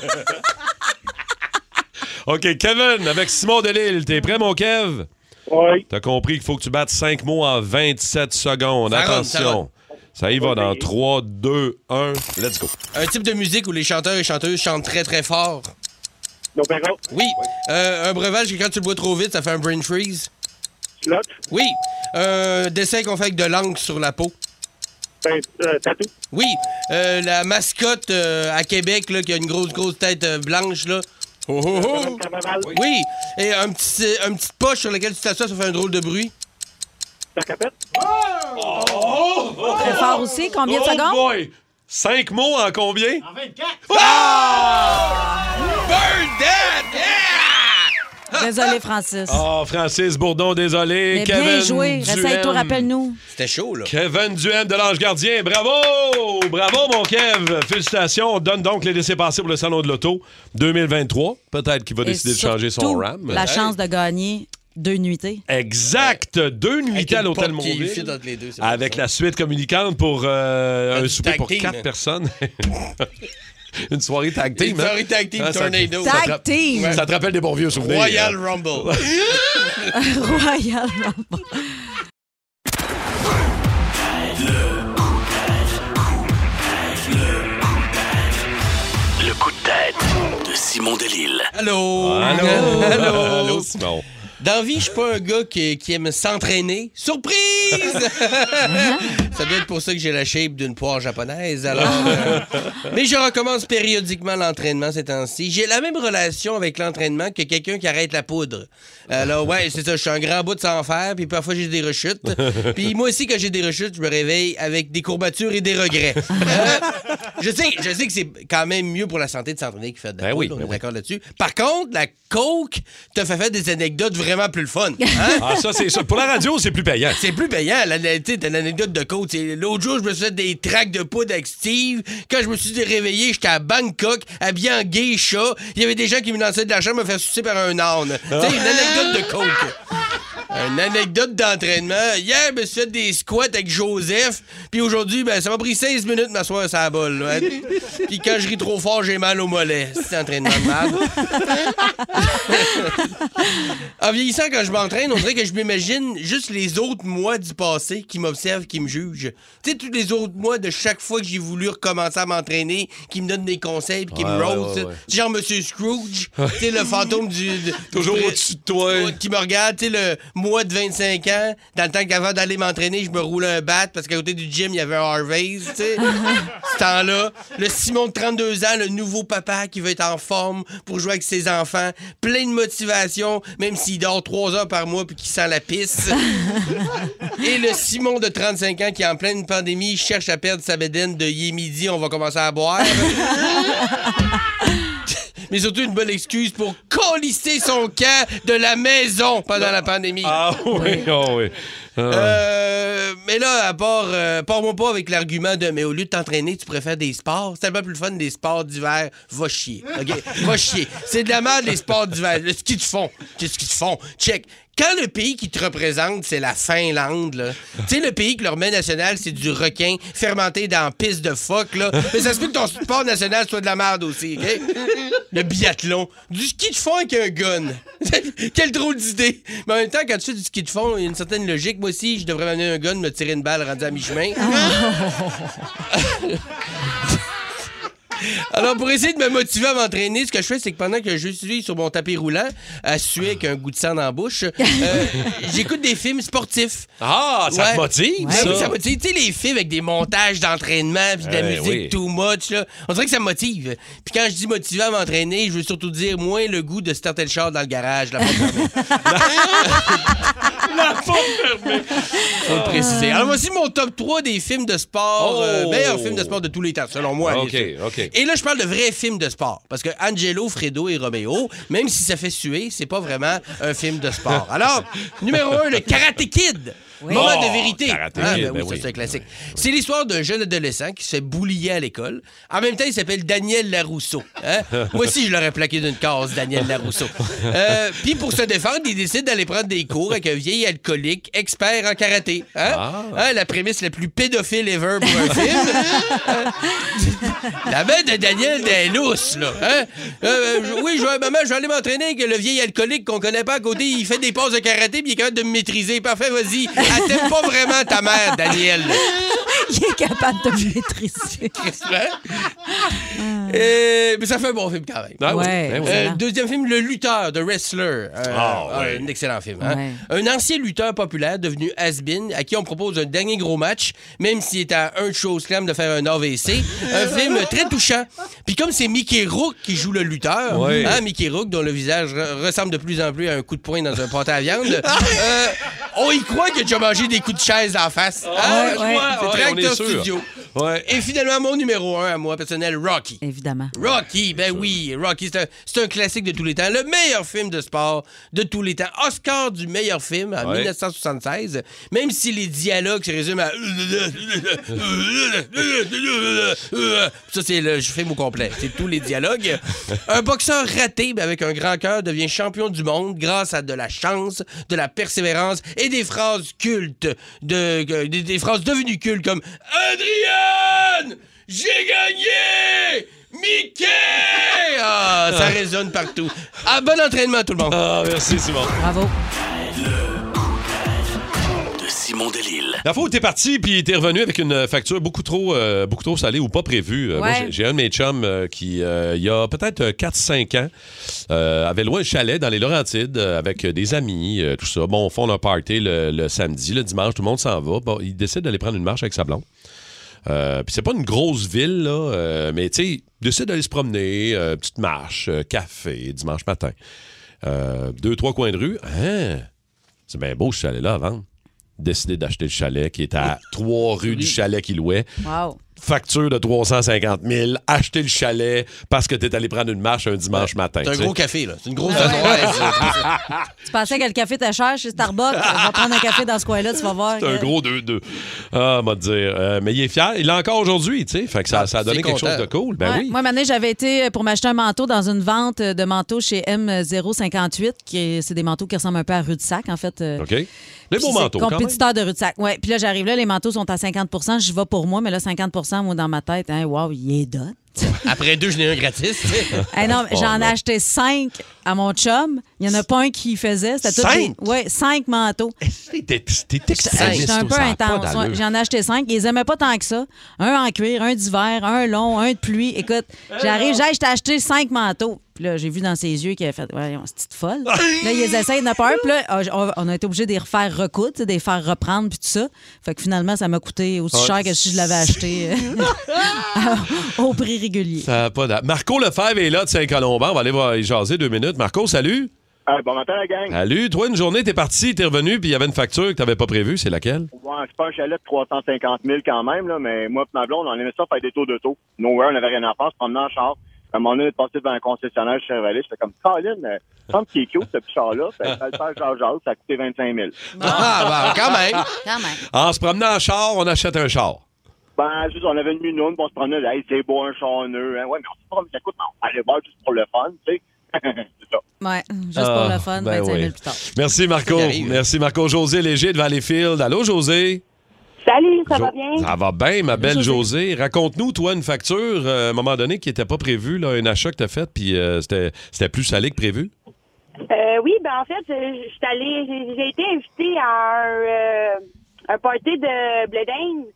C: OK, Kevin, avec Simon Delille, t'es prêt, mon Kev?
I: Oui.
C: T'as compris qu'il faut que tu battes 5 mots en 27 secondes.
D: Ça rentre, ça
C: Attention. Ça y va dans 3, 2, 1. Let's go.
D: Un type de musique où les chanteurs et chanteuses chantent très, très fort.
I: L'opéra.
D: Oui. Euh, un breuvage que quand tu le bois trop vite, ça fait un brain freeze.
I: Slot.
D: Oui. Un dessin qu'on fait avec de l'encre sur la peau.
I: Euh, tatou.
D: Oui. Euh, la mascotte euh, à Québec, là, qui a une grosse, grosse tête euh, blanche, là. Oh, oh, oh.
I: Carnaval.
D: Oui. Et un petit, euh, un petit poche sur lequel tu t'assois, ça fait un drôle de bruit.
I: Tacapette.
E: Très
C: Oh.
E: fort aussi. Combien de secondes?
C: 5 mots en combien?
D: Burn that!
E: Désolé, Francis.
C: Oh, Francis Bourdon, désolé.
E: Mais
C: Kevin
E: bien joué. Réessaye-toi,
C: Duhem.
E: rappelle-nous.
D: C'était chaud, là.
C: Kevin Duhem de l'Ange Gardien, bravo! Bravo, mon Kev! Félicitations. On donne donc les laissés-passer pour le Salon de l'Auto 2023. Peut-être qu'il va
E: Et
C: décider de changer son
E: surtout,
C: RAM.
E: La chance de gagner deux nuitées.
C: Exact! Deux nuitées à
D: une
C: l'Hôtel
D: porte qui fit
C: Montville.
D: entre les deux, c'est bon,
C: Avec
D: ça.
C: la suite communicante pour euh, un
D: du
C: souper
D: tag
C: pour
D: team.
C: quatre personnes. Une soirée tag team.
D: Une
C: hein?
D: soirée tag team,
C: ça-
D: tornado.
C: ça te-
E: Tag team.
C: Ouais. Ça te rappelle des bons vieux souvenirs.
D: Royal Rumble.
E: Royal Rumble.
B: Le coup de tête de Simon Delille.
D: Allô?
C: hein? Allô?
D: Allô?
C: Allô, Simon.
D: Dans la vie, je suis pas un gars qui, qui aime s'entraîner. Surprise!
C: Uh-huh.
D: ça doit être pour ça que j'ai la shape d'une poire japonaise. Alors, euh, mais je recommence périodiquement l'entraînement ces temps-ci. J'ai la même relation avec l'entraînement que quelqu'un qui arrête la poudre. Alors ouais, c'est ça. Je suis un grand bout de sans faire, puis parfois j'ai des rechutes. Puis moi aussi, quand j'ai des rechutes, je me réveille avec des courbatures et des regrets. Euh, je sais, je sais que c'est quand même mieux pour la santé de s'entraîner que de faire de la
C: Ben oui,
D: poudre,
C: ben
D: on est
C: oui.
D: d'accord là-dessus. Par contre, la coke te fait faire des anecdotes vraiment plus le fun. hein?
C: Ah, ça, c'est ça. Pour la radio, c'est plus payant.
D: C'est plus payant, la- la- tu sais, t'as l'anecdote de coke. t'sais, L'autre jour, je me suis fait des tracts de poudre avec Steve. Quand je me suis réveillé, j'étais à Bangkok, habillé en geisha. Il y avait des gens qui me lançaient de l'argent me faire sucer par un âne. Tu sais, une anecdote de coke. Une anecdote d'entraînement. Hier, je me suis fait des squats avec Joseph. Puis aujourd'hui, ben, ça m'a pris 16 minutes de m'asseoir sur la balle. là. Puis quand je ris trop fort, j'ai mal au mollet. C'est un entraînement de merde. en vieillissant, quand je m'entraîne, on dirait que je m'imagine juste les autres mois du passé qui m'observent, qui me jugent. Tu sais, tous les autres mois de chaque fois que j'ai voulu recommencer à m'entraîner, qui me donnent des conseils, puis qui me
C: Ouais,
D: rose.
C: ouais,
D: tu sais.
C: ouais, ouais.
D: Genre Monsieur Scrooge, tu sais, le fantôme du... du-
C: Toujours au-dessus de toi.
D: qui me regarde, tu sais, le moi de 25 ans, dans le temps qu'avant d'aller m'entraîner, je me roulais un bat parce qu'à côté du gym, il y avait un Harvey's, tu sais. ce temps-là. Le Simon de 32 ans, le nouveau papa qui veut être en forme pour jouer avec ses enfants. Plein de motivation, même s'il dort 3 heures par mois puis qu'il sent la pisse. Et le Simon de 35 ans qui, en pleine pandémie, cherche à perdre sa bédaine de « Il est midi, on va commencer à boire ». Mais surtout une bonne excuse pour colisser son camp de la maison pendant la pandémie.
C: Ah oui, ah oui. Ah.
D: Euh, mais là, à part, euh, pars-moi pas avec l'argument de mais au lieu de t'entraîner, tu préfères des sports. C'est tellement plus le fun des sports d'hiver. Va chier. OK? Va chier. C'est de la merde, les sports d'hiver. Le ski de fond. Qu'est-ce qu'ils te font? Check. Quand le pays qui te représente, c'est la Finlande, là. Tu sais, le pays que leur mets national, c'est du requin fermenté dans pisse de phoque, là. Mais ça se peut que ton sport national soit de la merde aussi, OK? Le biathlon. Du ski de fond avec un gun. Quelle drôle d'idée. Mais en même temps, quand tu fais du ski de fond, il y a une certaine logique. Moi aussi, je devrais m'amener un gun, me tirer une balle rendue à mi-chemin. Alors, pour essayer de me motiver à m'entraîner, ce que je fais, c'est que pendant que je suis sur mon tapis roulant, à suer avec un goût de sang dans la bouche, euh, j'écoute des films sportifs.
C: Ah, ça
D: Ouais.
C: te motive,
D: Euh, Ouais,
C: ça.
D: oui, ça motive. Tu sais, les films avec des montages d'entraînement puis de la
C: Eh
D: musique
C: oui.
D: too much, là, on dirait que ça me motive. Puis quand je dis motiver à m'entraîner, je veux surtout dire moins le goût de starter le char dans le garage. La porte fermée. Faut
C: Ah.
D: le préciser. Alors voici mon top 3 des films de sport,
C: Oh.
D: euh, meilleurs films de sport de tous les temps, selon moi.
C: OK,
D: bien sûr.
C: OK.
D: Et là, je parle de vrais films de sport. Parce que Angelo, Fredo et Romeo, même si ça fait suer, c'est pas vraiment un film de sport. Alors, numéro 1, le Karate Kid. Moment
C: Oh,
D: de vérité.
C: Karate
D: Ah,
C: Kid,
D: ben oui,
C: ben
D: ça,
C: oui.
D: c'est un classique. C'est l'histoire d'un jeune adolescent qui se fait boulier à l'école. En même temps, il s'appelle Daniel Larousseau. hein. Moi aussi, je l'aurais plaqué d'une case, Daniel Larousseau. Euh, Puis pour se défendre, il décide d'aller prendre des cours avec un vieil alcoolique expert en karaté. hein.
C: Ah.
D: Hein, la prémisse la plus pédophile ever pour un film. La main de Daniel des lousses, là. Hein? Euh, euh, oui, je vais, maman, je vais aller m'entraîner que le vieil alcoolique qu'on connaît pas à côté, il fait des passes de karaté puis il est capable de me maîtriser. Parfait, vas-y. Elle t'aime pas vraiment ta mère, Daniel.
E: Il est capable de me maîtriser.
D: Hein? Euh, mais ça fait un bon film quand même.
C: Ah oui,
E: Ouais.
C: ben oui.
E: Euh,
D: Euh, deuxième film, Le Lutteur de Wrestler. Euh,
C: Ah,
D: ah,
C: ouais.
D: Un excellent film. hein.
E: Ouais.
D: Un ancien lutteur populaire devenu has-been à qui on propose un dernier gros match, même s'il est à un de chose clam de faire un AVC. un film très touchant. Puis comme c'est Mickey Rourke qui joue le lutteur,
C: Ouais.
D: hein, Mickey Rourke, dont le visage re- ressemble de plus en plus à un coup de poing dans un pâté à viande, euh, on y croit qu'il a déjà mangé des coups de chaise en face. Hein?
E: ouais, ouais.
D: C'est très
C: Ouais, on est
D: acteur
C: sûr.
D: studio.
C: Ouais.
D: Et finalement, mon numéro un à moi personnel, Rocky.
E: Évidemment.
D: Rocky, ben oui, Rocky, c'est un, c'est un classique de tous les temps, le meilleur film de sport de tous les temps. Oscar du meilleur film en
C: Ouais.
D: 1976, même si les dialogues se résument à... Ça, c'est le je fais au complet, c'est tous les dialogues. Un boxeur raté, mais avec un grand cœur, devient champion du monde grâce à de la chance, de la persévérance et des phrases cultes, de, que- des, des phrases devenues cultes comme « Adrian! J'ai gagné! » Mickey! Ah, ça résonne partout. Ah, bon entraînement, tout le monde.
C: Ah, merci, Simon.
E: Bravo.
B: de Simon Delille.
C: La fois où t'es parti puis t'es revenu avec une facture beaucoup trop, euh, beaucoup trop salée ou pas prévue. Euh, moi,
E: Ouais.
C: j'ai- j'ai un de mes chums euh, qui, euh, il y a peut-être euh, 4-5 ans, euh, avait loué un chalet dans les Laurentides euh, avec euh, des amis, euh, tout ça. Bon, on fond un party le, le samedi, le dimanche, tout le monde s'en va. Bon, il décide d'aller prendre une marche avec sa blonde. Euh, puis c'est pas une grosse ville, là, euh, mais tu sais, il décide d'aller se promener, euh, petite marche, euh, café, dimanche matin. Euh, deux, trois coins de rue. Hein? C'est bien beau ce chalet-là à vendre. Décidé d'acheter le chalet qui est à trois rues du chalet qu'il louait.
E: Wow.
C: Facture de 350 000. Acheter le chalet parce que t'es allé prendre une marche un dimanche matin.
D: C'est un
C: tu sais. Ah
D: gros café, là. C'est une grosse adresse.
E: Tu pensais que le café était cher chez Starbucks? Va prendre un café dans ce coin-là, tu vas voir.
C: C'est un
E: que-
C: gros 2-2. Ah, m'a dire. Euh, mais il est fier. Il l'a encore aujourd'hui, tu sais. Fait que ça, ça a donné
D: C'est
C: quelque chose
D: content.
C: de cool. Ben
E: Ouais.
C: oui.
E: Moi, maintenant, j'avais été euh, pour m'acheter un manteau dans une vente euh, de manteaux chez M058, qui est- c'est des manteaux qui ressemblent un peu à Rue de Sac, en fait. Euh,
C: OK? Les
E: Puis
C: beaux
E: c'est
C: manteaux, quand même.
E: Compétiteur de rue de sac. Ouais. Puis là, j'arrive là, les manteaux sont à 50 Je vais pour moi, mais là, 50 moi, dans ma tête, hein, wow, il est dot.
D: Après deux, je n'ai un gratis. tu sais.
E: Hey, non,
C: Oh,
E: j'en ai
C: non.
E: acheté cinq à mon chum. Il n'y en a pas un qui faisait. C'était tous des-
C: Cinq?
E: Ouais, cinq manteaux.
C: T'es t'es extrémiste,
E: J'étais un peu
C: ça a pas
E: intense.
C: d'allure.
E: ouais. J'en ai acheté cinq. Ils les aimaient pas tant que ça. Un en cuir, un d'hiver, un long, un de pluie. Écoute, j'arrive, j'ai acheté- acheté cinq manteaux. Puis là, j'ai vu dans ses yeux qu'il avait fait Voyons, c'est petite folle. là, ils essayent de peur. Puis là, ah, on- on a été obligé de les refaire recoudre, tu sais, de les faire reprendre, puis tout ça. Fait que finalement, ça m'a coûté aussi
C: Ouais.
E: cher que si je l'avais acheté euh, au prix régulier.
C: Ça a pas d'a- Marco Lefebvre est là de Saint-Colomban. On va aller voir y jaser deux minutes. Marco, salut.
I: Ah, bon matin, la gang.
C: Salut. Toi, une journée, t'es parti, t'es revenu, puis il y avait une facture que t'avais pas prévue. C'est laquelle?
I: Ouais, c'est pas un chalet de 350 000 quand même, là, mais moi et ma blonde, on aimait ça faire des tours d'auto. Nowhere, on n'avait rien à faire, se promener en char. À un moment donné, on est passé devant un concessionnaire chez Chevrolet, j'étais comme, Colin, euh, semble qu'il est cute, ce petit char-là. Fait que Ça le faire genre, genre, ça a coûté 25 000.
D: Ah, ben, quand même.
E: Quand même.
C: En Ah, se promenant en char, on achète un char.
I: Ben, juste, on avait une minoune, puis on se promenait, là, hey, c'est beau un char neuf, hein. Ouais, mais on se promenait, ça coûte, mais on va aller voir juste pour le fun, tu sais. c'est ça.
E: Ouais, juste
C: Ah,
E: pour le fun,
C: ben
E: 25 000
C: oui.
E: plus tard.
C: Merci, Marco.
D: Ça arrive.
C: Merci, Marco. José Léger de Valleyfield. Allô, José?
H: Salut, ça va
C: Jo-
H: bien?
C: Ça va bien, ma belle José. Raconte-nous, toi, une facture, euh, à un moment donné, qui n'était pas prévue, là, un achat que t'as fait, puis euh, c'était c'était plus salé que prévu.
H: Euh, oui, ben en fait, je je suis allée, j'ai- j'ai été invitée à un, euh, un party de Bledane.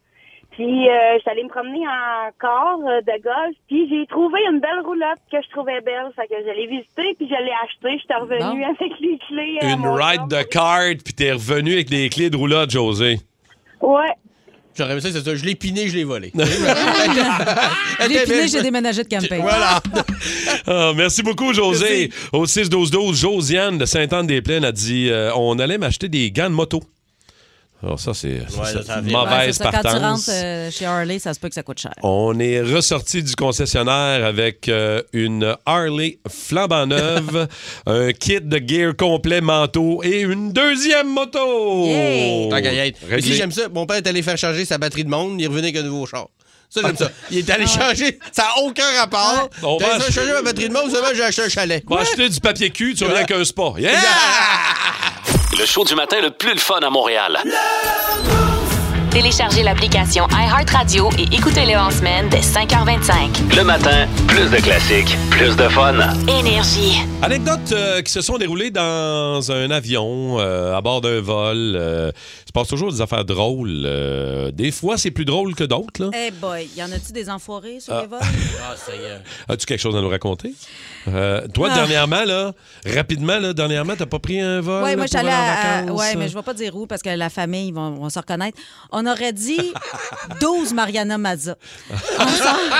H: Puis euh, je suis allée me promener en corps euh, de golf. Puis j'ai trouvé une belle roulotte que je trouvais belle. Fait que je l'ai visitée, puis je l'ai achetée. Je suis revenue
E: Bon.
H: avec les clés. à
C: Une
H: mon
C: ride
H: chum.
C: de carte, puis t'es revenu avec des clés de roulotte, José.
H: Ouais.
D: J'aurais aimé ça, c'est ça. Je l'ai piné, je l'ai volé.
C: Eh,
E: J'ai fini, j'ai déménagé de campagne.
D: Voilà.
C: Ah, merci beaucoup, José. Au 6-12-12, Josiane de Sainte-Anne-des-Plaines a dit euh, on allait m'acheter des gants de moto. Alors, ça, c'est ça,
D: ça,
C: c'est
D: ça
C: une
D: fait-
E: Ouais,
C: mauvaise
E: c'est ça, Quand tu
C: partance.
E: rentres euh, chez Harley, ça se peut que ça coûte cher.
C: On est ressorti du concessionnaire avec euh, une Harley flambant neuve, un kit de gear complet, manteau et une deuxième moto.
E: Yay!
D: Tant qu'à y être.
C: Réglé.
D: Si j'aime ça, mon père est allé faire charger sa batterie de monde, il revenait avec un nouveau char. Ça, j'aime ça. Il est allé
C: Ah.
D: changer, ça n'a aucun rapport.
C: On
D: T'as
C: va
D: dit ça,
C: ach-
D: changer ma batterie de monde, seulement j'ai acheté un chalet. Ah!
C: Va acheter du papier cul, tu reviens avec un spa. Yeah! Ah!
B: Le show du matin le plus le fun à Montréal.
A: Téléchargez l'application iHeartRadio et écoutez-le en semaine dès 5h25.
B: Le matin, plus de classiques, plus de fun.
A: Énergie.
C: Anecdotes euh, qui se sont déroulées dans un avion, euh, à bord d'un vol. euh, il se passe toujours des affaires drôles. euh, des fois, c'est plus drôle que d'autres. là.
E: Eh boy, y en a-tu des enfoirés sur les vols?
D: Ah, Seigneur.
C: As-tu quelque chose à nous raconter? Euh, toi,
E: Euh. Ah.
C: dernièrement, là, rapidement, là, dernièrement, t'as pas pris un vol?
E: Oui,
C: là,
E: moi, je
C: pour
E: suis allée
C: aller
E: à.
C: en
E: à-
C: vacances?
E: ouais, mais je vais pas dire où parce que la famille, ils vont, vont se reconnaître. On aurait dit 12 Mariana Mazza. Ensemble.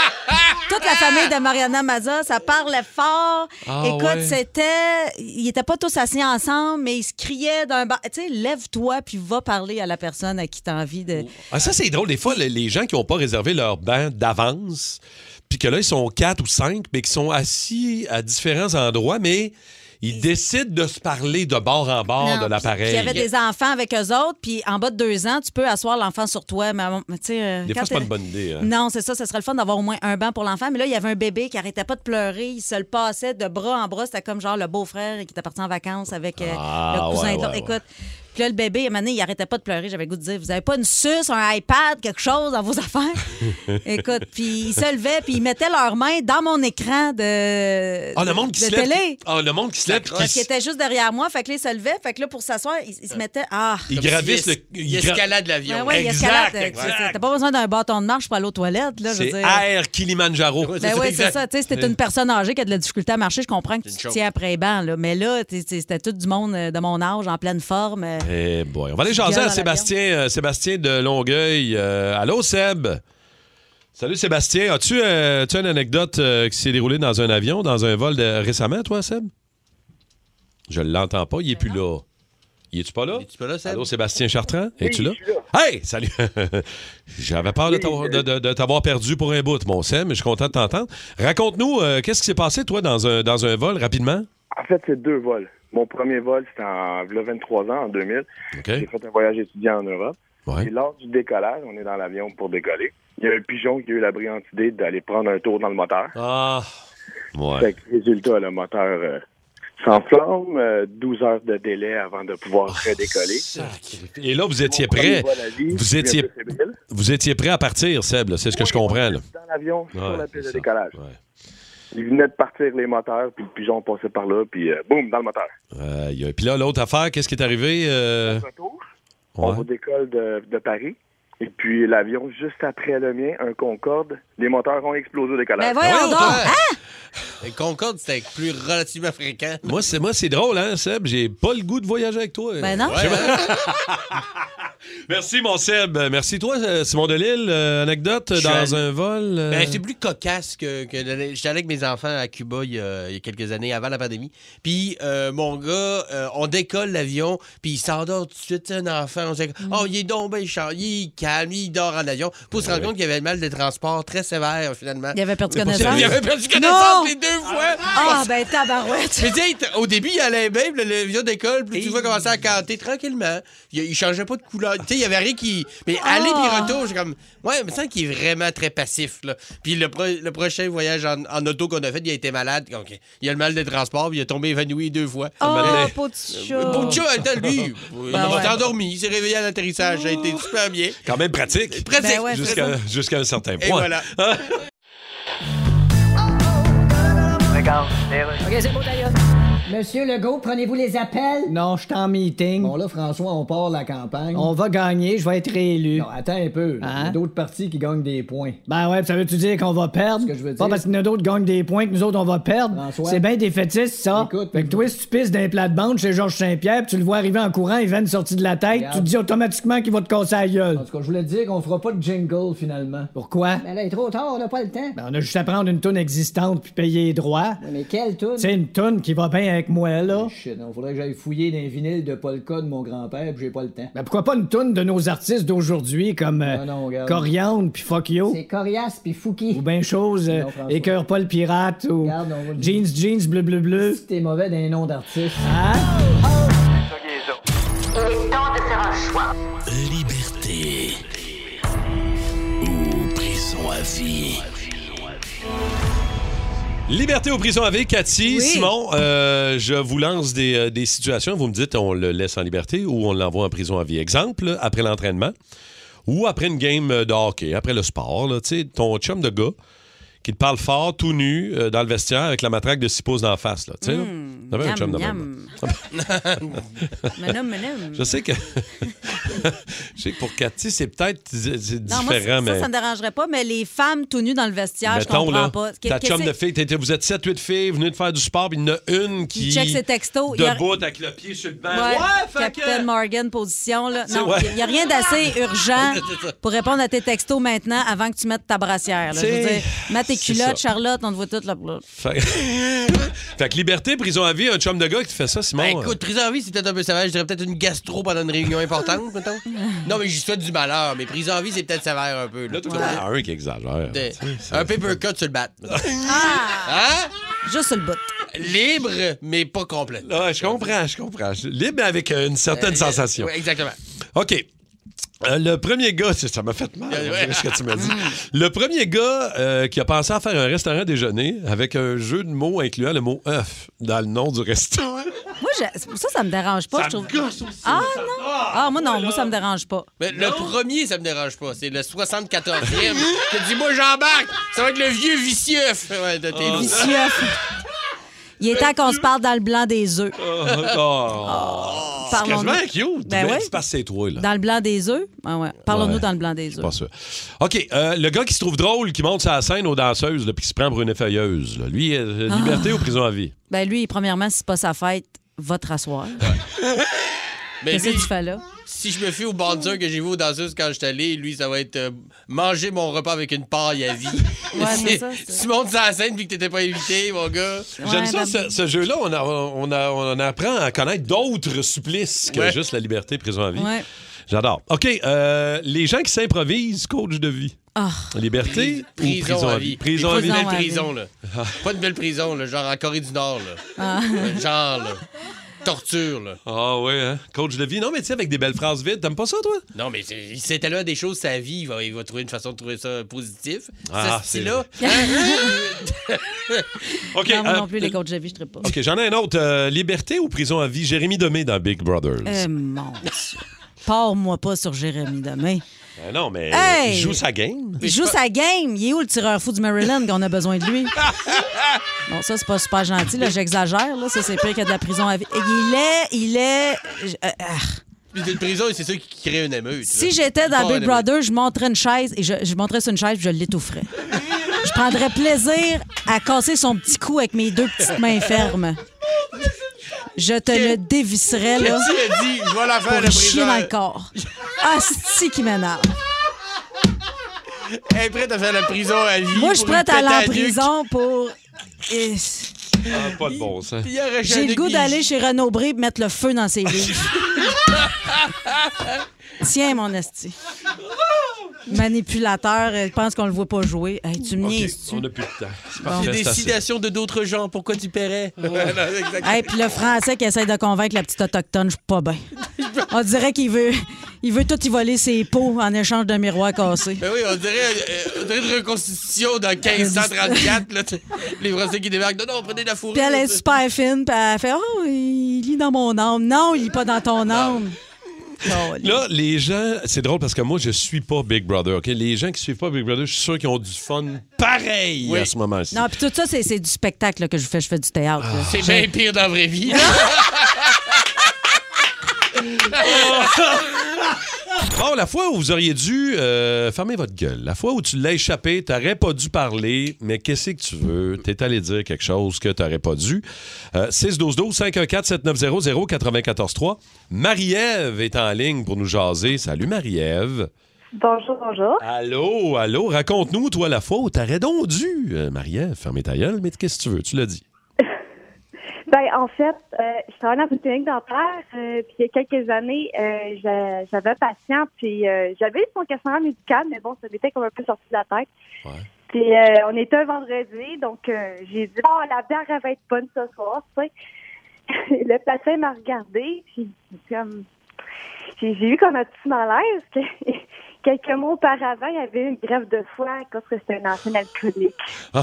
E: Toute la famille de Mariana Mazza, ça parlait fort.
C: Ah,
E: Écoute,
C: ouais.
E: c'était. Ils étaient pas tous assis ensemble, mais ils se criaient d'un bar. Tu sais, lève-toi puis va parler à la personne à qui t'as envie de.
C: Ah, ça, c'est drôle. Des fois, les- les gens qui n'ont pas réservé leur banc d'avance, puis que là, ils sont quatre ou cinq, mais qui sont assis à différents endroits, mais ils décident de se parler de bord en bord
E: Non,
C: de
E: puis Il
C: l'appareil.
E: y avait des enfants avec eux autres, puis en bas de deux ans, tu peux asseoir l'enfant sur toi. Mais, mais tu sais, euh,
C: Des
E: quand
C: fois, c'est pas
E: t'es-
C: une bonne idée. hein.
E: Non, c'est ça, ce serait le fun d'avoir au moins un banc pour l'enfant. Mais là, il y avait un bébé qui arrêtait pas de pleurer, il se le passait de bras en bras. C'était comme genre le beau-frère qui était parti en vacances avec euh,
C: Ah,
E: le cousin.
C: ouais,
E: et tout.
C: ouais, ouais.
E: Écoute, puis là, le bébé, à un moment donné, il arrêtait pas de pleurer. J'avais le goût de dire, vous avez pas une suce, un iPad, quelque chose dans vos affaires? Écoute, puis ils se levaient, puis ils mettaient leurs mains dans mon écran de,
C: Ah, le monde qui
E: de
C: se lève.
E: télé.
C: Ah, le monde qui se lève. puis qui
E: Parce qu'il
C: s-
E: était juste derrière moi, fait que là, il se levait. Fait que là, pour s'asseoir, il, il se mettait. Ah!
C: Ils
D: Comme s'il
C: gravissent
D: es-
C: le.
D: Il
C: ils gra- Ah
D: escalade
E: Ouais,
D: l'avion.
E: ouais, il
C: Exact,
E: escalade.
C: exact.
E: euh, C'est- T'as pas besoin d'un bâton de marche pour aller aux toilettes, là, je veux
C: C'est
E: dire.
C: Air Kilimanjaro.
E: Ben oui, c'est
D: exact.
E: ça. Tu sais, si t'es une personne âgée qui a de la difficulté à marcher, je comprends que
D: C'est
E: tu
D: une
E: te
D: chose.
E: tiens après les bancs, là. Mais là, t'es- t'es- c'était tout du monde euh, de mon âge, en pleine forme. euh.
C: Eh boy. On va aller
E: Gueule
C: jaser
E: dans
C: à
E: l'avion.
C: Sébastien, euh, Sébastien de Longueuil. Euh, allô, Seb? Salut, Sébastien. As-tu euh, as-tu une anecdote euh, qui s'est déroulée dans un avion, dans un vol de- récemment, toi, Seb? Je l'entends pas. Il est plus là. Il est-tu pas là?
D: Es-tu pas Eh, là, Seb?
C: Allô, Sébastien Chartrand? Es-tu là?
I: je suis là. euh,
C: Hey, salut! J'avais peur de t'avoir de- de- de t'avoir perdu pour un bout, mon Seb, mais je suis content de t'entendre. Raconte-nous, euh, qu'est-ce qui s'est passé, toi, dans un, dans un vol, rapidement?
I: En fait, c'est deux vols. Mon premier vol, c'était en v'là 23 ans, en 2000.
C: OK.
I: J'ai fait un voyage étudiant en Europe. Et
C: Ouais.
I: lors du décollage, on est dans l'avion pour décoller. Il y a un pigeon qui a eu la brillante idée d'aller prendre un tour dans le moteur.
C: Ah! Ouais.
I: Fait que, résultat, le moteur euh, s'enflamme. euh, 12 heures de délai avant de pouvoir redécoller.
C: Et là, vous Ah, étiez
I: Mon
C: prêt.
I: premier vol à vie,
C: Vous
I: je me
C: étiez-
I: suis fébrile.
C: Vous étiez prêt à partir, Seb, là, c'est ce que je comprends. Là.
I: Dans l'avion, sur la
C: Ouais,
I: piste
C: c'est
I: de
C: ça.
I: décollage.
C: Ouais.
I: Il venait de partir les moteurs, puis le pigeon passait par là, puis euh, boum, dans le moteur.
C: Euh, y a- Puis là, l'autre affaire, qu'est-ce qui est arrivé? euh,
I: Retour,
C: ouais.
I: on décolle de, de Paris. Et puis l'avion, juste après le mien, un Concorde, les moteurs ont explosé au décollage.
E: Ben voyons
C: voyons
E: donc!
C: donc.
E: Hein?
D: Le Concorde, c'était plus relativement fréquent.
C: Moi, c'est moi, c'est drôle, hein, Seb? J'ai pas le goût de voyager avec toi.
E: Ben non.
D: Ouais, hein?
C: Merci, mon Seb. Merci, toi, euh, Simon Delille. Euh, anecdote
D: Je suis
C: dans
D: allé-
C: un vol. euh,
D: Ben, c'est plus cocasse que. que d'aller- J'étais allé avec mes enfants à Cuba il y a, il y a quelques années, avant la pandémie. Puis euh, mon gars, euh, on décolle l'avion, puis il s'endort tout de suite, c'est un enfant. On se dit,
E: Mm.
D: oh, il est donc ben char- il est calme, il dort en avion. Pour se rendre compte qu'il y avait le mal de transport très sévère, finalement.
E: Il avait perdu
D: Il
E: connaissance.
D: avait perdu connaissance les deux fois.
E: Ah, ben tabarouette.
D: Mais tu sais, t- au début, il allait bien, puis l'avion décolle, puis tu vois commencer à canter tranquillement. Il, il changeait pas de couleur. Tu sais, il y avait rien qui. Mais
E: Ah!
D: aller puis retour, j'ai comme. Ouais, il me semble qu'il est vraiment très passif, là. Puis le, pro- le prochain voyage en, en auto qu'on a fait, il a été malade. donc, il a le mal des transports, puis il est tombé évanoui deux fois. euh,
E: Oh,
C: Mais-
E: pot de chat.
D: Le Poncho, attends, lui, il
E: Ben ouais.
D: s'est endormi, il s'est réveillé à l'atterrissage, ça a été super bien.
C: Quand même pratique.
D: Pratique.
E: Ben ouais,
D: Jusqu'à-
C: Jusqu'à jusqu'à un certain point.
D: Et voilà.
F: Monsieur Legault, prenez-vous les appels? Non, je suis en meeting. Bon, là, François, on part la campagne. On va gagner, je vais être réélu. Non, attends un peu. Il y a d'autres partis qui gagnent des points. Ben ouais, ça veut-tu dire qu'on va perdre? que je veux dire. Pas parce qu'il y en a d'autres qui gagnent des points que nous autres, on va perdre. C'est bien défaitiste, ça. Écoute. Fait que toi, si tu pisses d'un plat de bande chez Georges Saint-Pierre, puis tu le vois arriver en courant, il va une sortie de la tête, tu te dis automatiquement qu'il va te casser la gueule. En tout cas, je voulais te dire qu'on fera pas de jingle, finalement. Pourquoi? Ben là, il est trop tard, on n'a pas le temps. Ben, on a juste à prendre une toune existante puis payer les droits. mais quelle toune? C'est une toune qui va bien avec moi, là. on faudrait que j'aille fouiller dans les vinyles de polka de mon grand-père, puis j'ai pas le temps. Ben pourquoi pas une toune de nos artistes d'aujourd'hui, comme euh, Coriandre puis Fuck You? C'est Corias puis Fouki. Ou bien chose, euh, Écoeur Paul Pirate, ou Jeans Jeans Bleu Bleu Bleu. Si t'es mauvais d'un nom d'artiste. Hein?
B: Liberté ou prison à vie.
C: Liberté aux prisons avec Cathy.
E: Oui.
C: Simon, euh, je vous lance des, euh, des situations. Vous me dites, on le laisse en liberté ou on l'envoie en prison à vie. Exemple, après l'entraînement ou après une game euh, de hockey, après le sport, là, tu sais, ton chum de gars qui te parle fort, tout nu, euh, dans le vestiaire, avec la matraque de 6 pouces d'en face. Là, tu sais, là.
E: Hmm.
C: T'avais un chum de même, là.
E: Madame, madame.
C: Je sais que. je sais que pour Cathy, c'est peut-être c'est- c'est
E: Non, moi,
C: différent,
E: ça,
C: mais.
E: ça me dérangerait pas, mais les femmes tout nues dans le vestiaire, je
C: Mettons,
E: comprends
C: là,
E: pas. Qu'est-
C: ta
E: qu'est-ce
C: chum de
E: que-
C: fille, t'étais- vous êtes 7-8 filles, venues de faire du sport, puis il y en a une qui.
E: Qui check ses textos. Il y a-
C: Debout, avec le pied sur le banc.
E: Ouais,
C: fait
E: Captain
C: que-
E: Morgan, position. Là. Non,
C: ouais.
E: il n'y a rien d'assez urgent
D: C'est ça.
E: pour répondre à tes textos maintenant avant que tu mettes ta brassière. Là. Je veux
C: C'est-
E: dire, mets tes
C: c'est
E: culottes,
C: ça.
E: Charlotte, on te voit toutes. Là.
C: Fait... Fait que liberté, prison à vie, un chum de gars qui te fait ça, Simon. hein.
D: Ben, écoute, prison en vie, c'est peut-être un peu sévère. Je dirais peut-être une gastro pendant une réunion importante, mettons. Non, mais j'y souhaite du malheur, mais prison en vie, c'est peut-être sévère un peu.
C: Là,
D: Là.
C: tout le monde, il y en a un qui exagère.
D: De-
C: Tu sais, c'est-
D: un paper cut sur le bat.
E: Ah,
D: Hein?
E: juste sur le bout.
D: Libre, mais pas complet.
C: Ouais, je comprends, je comprends. Je- Libre, mais avec euh, une certaine
D: Euh,
C: sensation.
D: ouais, exactement.
C: OK. Euh, le premier gars, ça ça m'a fait mal,
D: Ouais. Mm.
C: on dirait ce que tu m'as dit. Le premier gars euh, qui a pensé à faire un restaurant déjeuner avec un jeu de mots incluant le mot œuf dans le nom du restaurant.
E: Moi, je- ça, ça me dérange pas. je trouve...
C: aussi.
E: Ah non! Ah, moi non, moi ça me dérange pas.
D: Mais le premier, ça me dérange pas. C'est le 74e. Tu dis, moi, j'embarque. Ça va être le vieux vicieux. Ouais, de tes
E: Vicieux. Il est temps qu'on se parle dans le blanc des œufs.
C: Oh, oh. C'est
E: Parlons-nous.
C: quasiment cute.
E: Ah. Ben
C: mais
E: oui.
C: c'est parce que c'est toi, là.
E: Dans le blanc des œufs? Ah ouais. Parlons-nous
C: Ouais.
E: dans le blanc des œufs.
C: Pas sûr. OK, euh, le gars qui se trouve drôle, qui monte sa scène aux danseuses, là, puis qui se prend pour une effeuilleuse. là. Lui,
E: Ah.
C: euh, liberté ou prison à vie?
E: Ben lui, premièrement, si c'est pas sa fête, va te rasseoir.
C: Ben,
D: Mais
E: Qu'est-ce que
D: lui,
E: tu fais là?
D: si je me fie au bouncer que j'ai vu aux danseuses quand j'étais allé, lui, ça va être euh, manger mon repas avec une paille à vie.
E: Ouais, c'est ça,
D: Si-
E: c'est-
D: si tu montes sur la scène puis que t'étais pas invité, mon gars.
C: J'aime
E: Ouais,
C: ça, ce,
E: ben-
C: ce jeu-là. On, a- on, a- on apprend à connaître d'autres supplices que
D: Ouais.
C: juste la liberté, prison à vie.
E: Ouais.
C: J'adore. OK, euh, les gens qui s'improvisent, coach de vie.
E: Ah.
C: Liberté ou
D: Prison,
C: prison
D: à vie.
C: Prison à
D: pas
C: vie.
D: une belle
E: Prison à vie.
D: prison, là. Pas une belle prison, là. Genre en Corée du Nord, là.
E: Ah.
D: Euh, Genre, là. Torture, là.
C: Ah ouais, hein? coach de vie. Non, mais tu sais, avec des belles phrases vides, t'aimes pas ça, toi?
D: Non, mais c'est- il s'était là des choses de sa vie. Il va, il va trouver une façon de trouver ça positif. Hein?
C: Ah,
D: c'est là.
C: OK,
E: non, moi
C: euh,
E: non plus, les coachs de vie, je ne pas.
C: OK, j'en ai un autre. Euh, liberté ou prison à vie? Jérémy Domé dans Big Brothers.
E: Eh mon Dieu. Pars-moi pas sur Jérémy demain.
C: Ben non, mais
E: Hey!
C: il joue sa game.
E: Il joue sa game. Il est où le tireur fou du Maryland qu'on a besoin de lui? Bon, ça, c'est pas super gentil. là. J'exagère. Là. Ça, c'est pire que de la prison à vie. Il est. Il est. je- euh, ah.
D: Puis une prison, c'est ça qui crée une émeute.
E: Si
D: là. Pas
E: j'étais dans
D: une
E: Big
D: émeute.
E: Brother, je monterais une chaise et je, je monterais sur une chaise et je l'étoufferais. Je prendrais plaisir à casser son petit cou avec mes deux petites mains fermes. Je te le dévisserais, là.
D: Cathy a dit, je vais la faire,
E: pour
D: la
E: chier dans le
D: briseur.
E: corps. Asti qui m'énerve.
D: Elle est prête à faire la prison à vie.
E: Moi, je suis
D: pour lui
E: prête à aller en
D: péter la nuque.
E: prison pour. Eh,
C: Ah, pas de bon sens.
D: Puis il arrache la
E: J'ai le
D: nuque,
E: goût
D: il-
E: d'aller chez Renaud Bré et mettre le feu dans ses livres. Tiens, mon esti. Manipulateur, euh, je pense qu'on le voit pas jouer. Hey, tu me
C: OK,
E: niaises-tu?
C: on n'a plus de temps. C'est
D: C'est
C: parfait,
D: des
C: c'est assez.
D: citations de d'autres gens. Pourquoi tu paierais?
E: Hey, puis le français qui essaie de convaincre la petite autochtone, je suis pas bien. On dirait qu'il veut, il veut tout y voler ses pots en échange d'un miroir cassé.
D: Ben oui, on dirait, euh, on dirait une reconstitution dans 1534. Là, tu- les Français qui débarquent. Non, non, prenez de la fourrure.
E: Puis elle est super fine, puis elle fait Oh, il lit dans mon âme. Non, il lit pas dans ton âme.
C: Là, les gens, c'est drôle parce que moi, je suis pas Big Brother, OK? Les gens qui suivent pas Big Brother, je suis sûr qu'ils ont du fun pareil
D: Oui.
C: à ce moment-ci.
E: Non, puis tout ça, c'est c'est du spectacle là, que je fais. Je fais du théâtre. là.
D: C'est bien pire dans la vraie vie.
C: Ah! Bon, la fois où vous auriez dû euh, fermer votre gueule, la fois où tu l'as échappé, t'aurais pas dû parler, mais qu'est-ce que tu veux? T'es allé dire quelque chose que t'aurais pas dû. Euh, 612-12-514-7900-943. Marie-Ève est en ligne pour nous jaser. Salut Marie-Ève.
H: Bonjour, bonjour.
C: Allô, allô, raconte-nous, toi, la fois où t'aurais donc dû, euh, Marie-Ève, fermer ta gueule, mais qu'est-ce que tu veux? Tu l'as dit.
H: Ben, en fait, euh, je travaille dans une clinique dentaire, euh, puis il y a quelques années, euh, j'a- j'avais un patient, puis euh, j'avais eu son questionnaire médical, mais bon, ça m'était comme un peu sorti de la tête.
C: Ouais.
H: Puis euh, on était un vendredi, donc euh, j'ai dit, oh, la bière, elle va être bonne ce soir, tu sais. Le patient m'a regardé, puis comme, j'ai j'ai eu comme un petit malaise que quelques mois auparavant, il y avait eu une grève de foie à cause que c'était un ancien alcoolique.
E: Ah.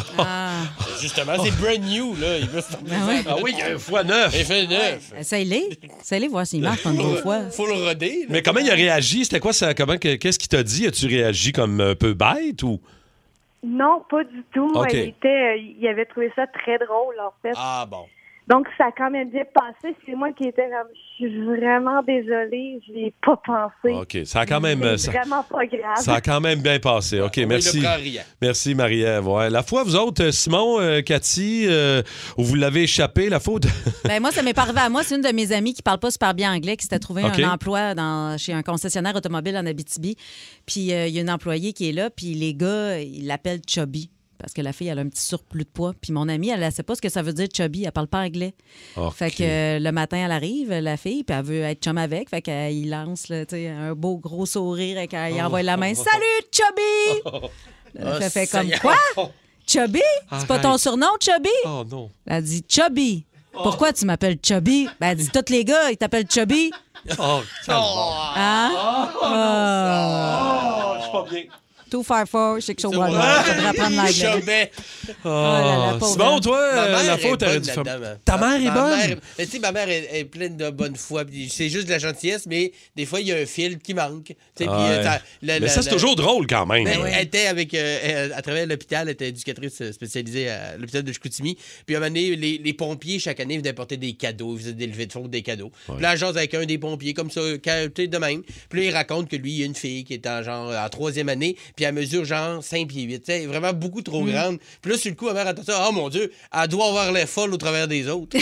D: Justement, c'est brand new. là. Il veut se tomber.
E: Ah ouais.
C: Ah oui, il y a un fois neuf.
D: Il fait neuf.
E: Essaye-les. Essaye-les, voir s'il marche une deux fois.
D: Faut le roder. là.
C: Mais comment il a réagi? C'était quoi ça? Comment, que- qu'est-ce qu'il t'a dit? As-tu réagi comme un peu bête ou?
H: Non, pas du tout.
C: Ok.
H: Il, était, euh, il avait trouvé ça très drôle, en fait.
D: Ah bon.
H: Donc, ça a quand même bien passé. C'est moi qui étais comme, je suis vraiment désolée, je n'y ai pas pensé.
C: Ah, OK, ça a quand même. euh,
H: C'est
C: ça-
H: vraiment pas grave.
C: Ça a quand même bien passé. OK,
D: On
C: merci.
D: ne prend rien.
C: Merci, Marie-Ève. Ouais. La fois, vous autres, euh, Simon, euh, Cathy, euh, où vous l'avez échappé, la faute.
E: Ben moi, ça m'est pas arrivé à moi. C'est une de mes amies qui parle pas super bien anglais qui s'était trouvé
C: OK.
E: un emploi dans, chez un concessionnaire automobile en Abitibi. Puis euh, il y a une employée qui est là, puis les gars, ils l'appellent Chubby. Parce que la fille, elle a un petit surplus de poids. Puis mon amie, elle ne sait pas ce que ça veut dire chubby. Elle parle pas anglais.
C: OK.
E: Fait que euh, le matin, elle arrive, la fille, puis elle veut être chum avec. Fait qu'il lance là, tu sais, un beau gros sourire et qu'elle lui envoie la
C: Oh.
E: main. Salut, chubby! Là,
C: Ah,
E: ça
D: Oh,
E: fait comme
D: Seigneur.
E: quoi? Chubby? C'est pas ton surnom, chubby?
C: Oh non.
E: Elle dit Chubby. Pourquoi tu m'appelles Chubby? Ben, elle dit tous les gars, ils t'appellent Chubby.
C: Oh,
E: Hein?
C: Ah,
E: Ah.
C: je suis pas bien.
E: Too far for, six oh one. Je devrais apprendre l'anglais.
D: Chobet.
E: Oh là là, pauvre
C: Simon,
E: elle.
C: toi,
D: Ma
C: euh, la
D: mère est
C: faute,
D: bonne
C: t'aurais dû faire.
D: là-dedans, hein.
C: Ta mère est
D: Ma
C: bonne.
D: mère- mais tu sais, ma mère est, est pleine de bonne foi. puis C'est juste de la gentillesse, mais des fois, il y a un fil qui manque. Tu sais, puis,
C: Ah, Ouais.
D: euh, t'as- la-
C: Mais
D: la-
C: ça, c'est
D: la-
C: toujours drôle quand même.
D: Ben,
C: là.
D: Elle était avec, euh, elle- à travers l'hôpital, elle était éducatrice euh, spécialisée à l'hôpital de Chicoutimi. Puis à un moment donné, les, les pompiers, chaque année, venaient porter des cadeaux, ils faisaient des levées de fonds pour des cadeaux. Puis là, elle jase avec un des pompiers, comme ça, quand- tu sais, de même. Puis là, il raconte que lui, il y a une fille qui est en genre en troisième année, puis elle mesure genre 5 pieds 8. Elle est vraiment beaucoup trop grande. Puis là, sur le coup, ma mère attend ça. Oh mon Dieu, elle doit avoir l'air folle au travers des autres.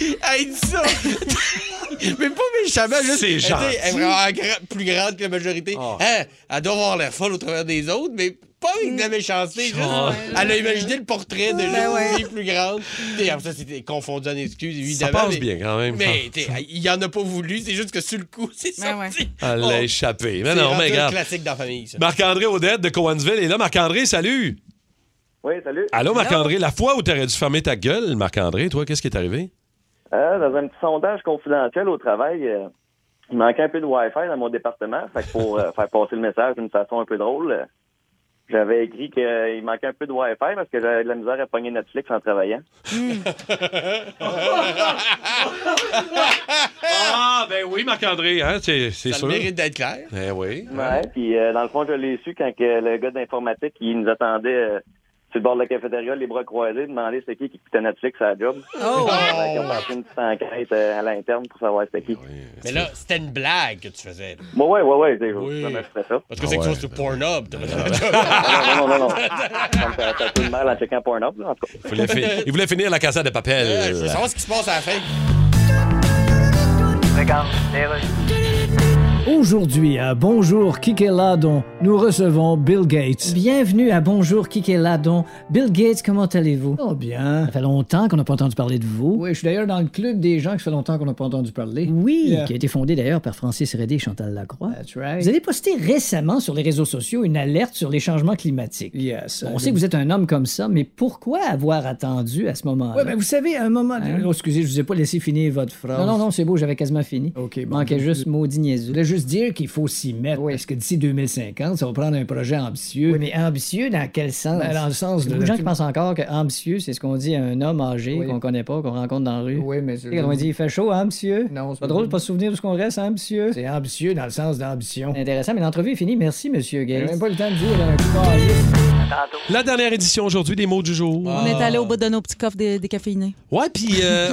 D: elle dit ça. Mais pas méchamment, juste.
C: C'est
D: elle était-
C: gentil.
D: Elle est vraiment gra- plus grande que la majorité.
C: Ah.
D: Hein, elle doit avoir l'air folle au travers des autres, mais pas avec de la méchanceté. juste.
C: Ah.
D: Elle a imaginé le portrait de la fille plus grande. Et après ça, c'était confondu en excuses,
C: ça
D: évidemment.
C: passe
D: mais-
C: bien quand même.
D: Mais t'sais, il en a pas voulu, c'est juste que sur le coup, c'est
E: Ben ouais.
D: sorti.
C: Elle
D: Oh,
C: Ah, l'a échappé. Mais
D: c'est
C: non,
D: rendu
C: mais
D: un
C: regarde. Bah,
D: classique dans la famille, ça.
C: Marc-André Odette de Cowansville est là. Marc-André, salut.
I: Oui, salut.
C: Allô, Marc-André, la fois où t'aurais dû fermer ta gueule, Marc-André, toi, qu'est-ce qui est arrivé?
I: Euh, dans un petit sondage confidentiel au travail, euh, il manquait un peu de Wi-Fi dans mon département. Fait que pour euh, faire passer le message d'une façon un peu drôle, euh, j'avais écrit qu'il manquait un peu de Wi-Fi parce que j'avais de la misère à pogner Netflix en travaillant.
C: Ah, ben oui, Marc-André, hein, c'est c'est
D: Ça
C: sûr.
D: le mérite d'être clair.
C: Eh oui.
I: Ouais. Puis euh, dans le fond, je l'ai su quand que le gars d'informatique il nous attendait euh,
J: sur le bord de la cafétéria, les bras croisés, demander c'est qui qui quittait Netflix à la job.
D: Oh!
C: Ah,
J: Fait qu'on passait une petite enquête euh, à l'interne pour savoir c'était qui.
D: Mais là, c'était une blague que tu faisais. là.
J: Ouais, ouais, ouais, ouais, c'est- jamais je ferais ça.
D: Parce
C: Ah
D: que c'est que tu vas sur Pornhub. t'as-
J: Non, non, non, non. Ça me fait tout le mal en checkant Pornhub, là, en tout cas.
C: Il voulait, fi- il voulait finir la casa de papel.
D: Je veux savoir ce qui se passe à la fin.
F: Aujourd'hui à Bonjour Kikeladon, nous recevons Bill Gates. Bienvenue à Bonjour Kikeladon. Bill Gates, comment allez-vous? Oh bien. Ça fait longtemps qu'on n'a pas entendu parler de vous. Oui, je suis d'ailleurs dans le club des gens que ça fait longtemps qu'on n'a pas entendu parler. Oui,
K: Yeah.
F: qui a été fondé d'ailleurs par Francis Redé et Chantal Lacroix. Vous avez posté récemment sur les réseaux sociaux une alerte sur les changements climatiques. On sait que vous êtes un homme comme ça, mais pourquoi avoir attendu à ce moment-là?
K: Ouais, ben, vous
F: savez, à un moment... Oh, excusez, je vous ai pas laissé finir votre phrase. Hein? Non, non, non, c'est beau, j'avais quasiment fini. OK, Manquait juste maudit niaiseux. Je voulais juste dire qu'il faut s'y mettre, parce que d'ici 2050, ça va prendre un projet ambitieux. Oui, mais ambitieux dans quel sens? dans le sens
K: Il y a
F: de...
K: beaucoup de gens qui
F: pensent encore que ambitieux, c'est ce qu'on dit à un homme âgé qu'on connaît pas, qu'on rencontre dans la rue. Oui, mais...
K: quand on dit,
F: il fait chaud, hein, monsieur? Non, c'est
K: pas drôle de
F: pas se souvenir de ce qu'on reste, hein, monsieur? C'est ambitieux dans le sens d'ambition. Intéressant, mais l'entrevue est finie. Merci, monsieur Gates. même pas le temps de dire euh, un
C: La dernière édition aujourd'hui des mots du jour.
E: On est allé au bout de nos petits coffres dé- décaféinés.
C: Ouais, puis. euh,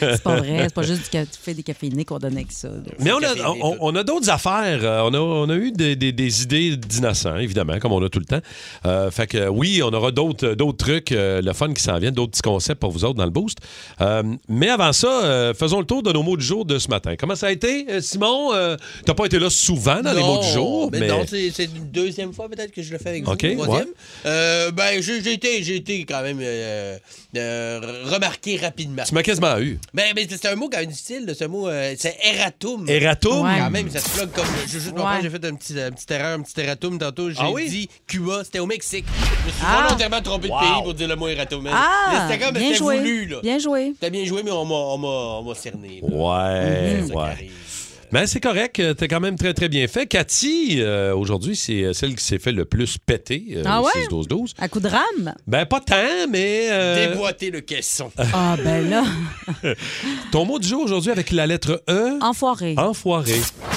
E: C'est pas vrai, c'est pas juste du café décaféiné qu'on donnait que ça. là.
C: Mais on a, on, on a d'autres affaires. Euh, On a, on a eu des, des- des idées d'innocents, évidemment, comme on a tout le temps. Euh, fait que euh, oui, on aura d'autres d'autres trucs, euh, le fun qui s'en vient, d'autres petits concepts pour vous autres dans le boost. Euh, mais avant ça, euh, faisons le tour de nos mots du jour de ce matin. Comment ça a été, euh, Simon? Euh, T'as pas été là souvent dans les mots du jour, mais.
D: mais non, c'est c'est une deuxième fois peut-être que je le fais avec vous.
C: OK,
D: troisième.
C: ouais.
D: Euh, ben, j'ai j'ai été, j'ai été quand même euh, euh, remarqué rapidement.
C: Tu m'as quasiment eu.
D: Ben, mais c'est un mot quand même difficile, là, ce mot, euh, c'est erratum.
C: Erratum? Ouais.
D: Quand même, ça se plug comme. Je, je, juste m'en
C: Ouais.
D: prendre, j'ai fait un petit, un petit erreur, un petit erratum tantôt. J'ai
C: Ah oui?
D: dit Cuba, c'était au Mexique. Je me suis
E: Ah.
D: volontairement trompé
E: Wow.
D: de pays pour dire le mot erratum. mais
E: Ah,
D: C'était comme
E: bien
D: c'était
E: joué.
D: voulu, là.
E: Bien joué.
D: T'as bien joué, mais on m'a- on m'a on m'a cerné. là.
C: Ouais,
D: Mhm.
C: ouais. Mais c'est correct, euh, t'es quand même très très bien fait. Cathy, euh, aujourd'hui, c'est euh, celle qui s'est fait le plus péter, euh,
E: Ah
C: au
E: ouais?
C: 6-12-12.
E: À coup de rame?
C: Ben pas tant, mais... euh,
D: Déboîter le caisson.
E: Ah, ben là.
C: Ton mot du jour aujourd'hui avec la lettre E.
E: Enfoiré.
C: Enfoiré.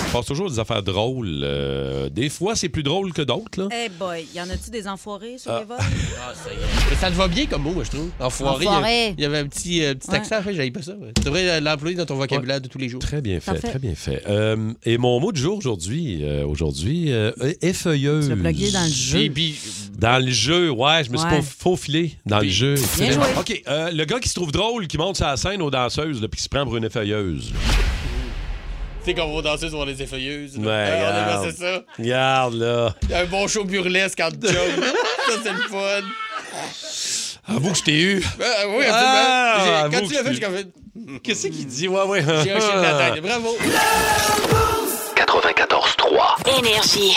C: Je passe toujours des affaires drôles. euh, des fois, c'est plus drôle que d'autres. là.
E: Eh boy, y en a-tu des enfoirés sur
C: Ah.
E: les vols?
D: Ah, ça y est. Mais ça te va bien comme mot, moi, je trouve. Enfoiré.
E: Enfoiré.
D: Il y avait un petit, euh, petit
E: Ouais.
D: accent, après, j'avais pas ça. Tu devrais l'employer dans ton vocabulaire de tous les jours.
C: Très bien fait,
D: Parfait.
C: très bien fait. Euh, et mon mot du jour aujourd'hui, euh, aujourd'hui, euh, est feuilleuse.
E: Tu l'as plugué dans le jeu. Et
D: puis-
C: Dans le jeu, ouais, je me suis
E: Ouais.
C: pas faufilé dans le jeu.
E: Bien joué.
C: OK, euh, le gars qui se trouve drôle, qui monte sa scène aux danseuses, là, puis qui se prend pour une effeuilleuse.
D: Tu sais, quand on va danser sur les effeuilleuses.
C: Ouais,
D: là. Ah, on
C: regarde.
D: aimait ça.
C: Regarde, là.
D: Un bon show burlesque en job. ça, c'est le fun.
C: Avoue que je t'ai eu.
D: Ah, oui, absolument.
C: Ah,
D: J'ai-
C: avoue
D: quand tu
C: que
D: l'as fait,
C: je
D: j'ai comme fait.
C: Qu'est-ce qu'il dit? Ouais, ouais.
D: J'ai hoché de la tête. Bravo.
B: 94-3.
A: Énergie.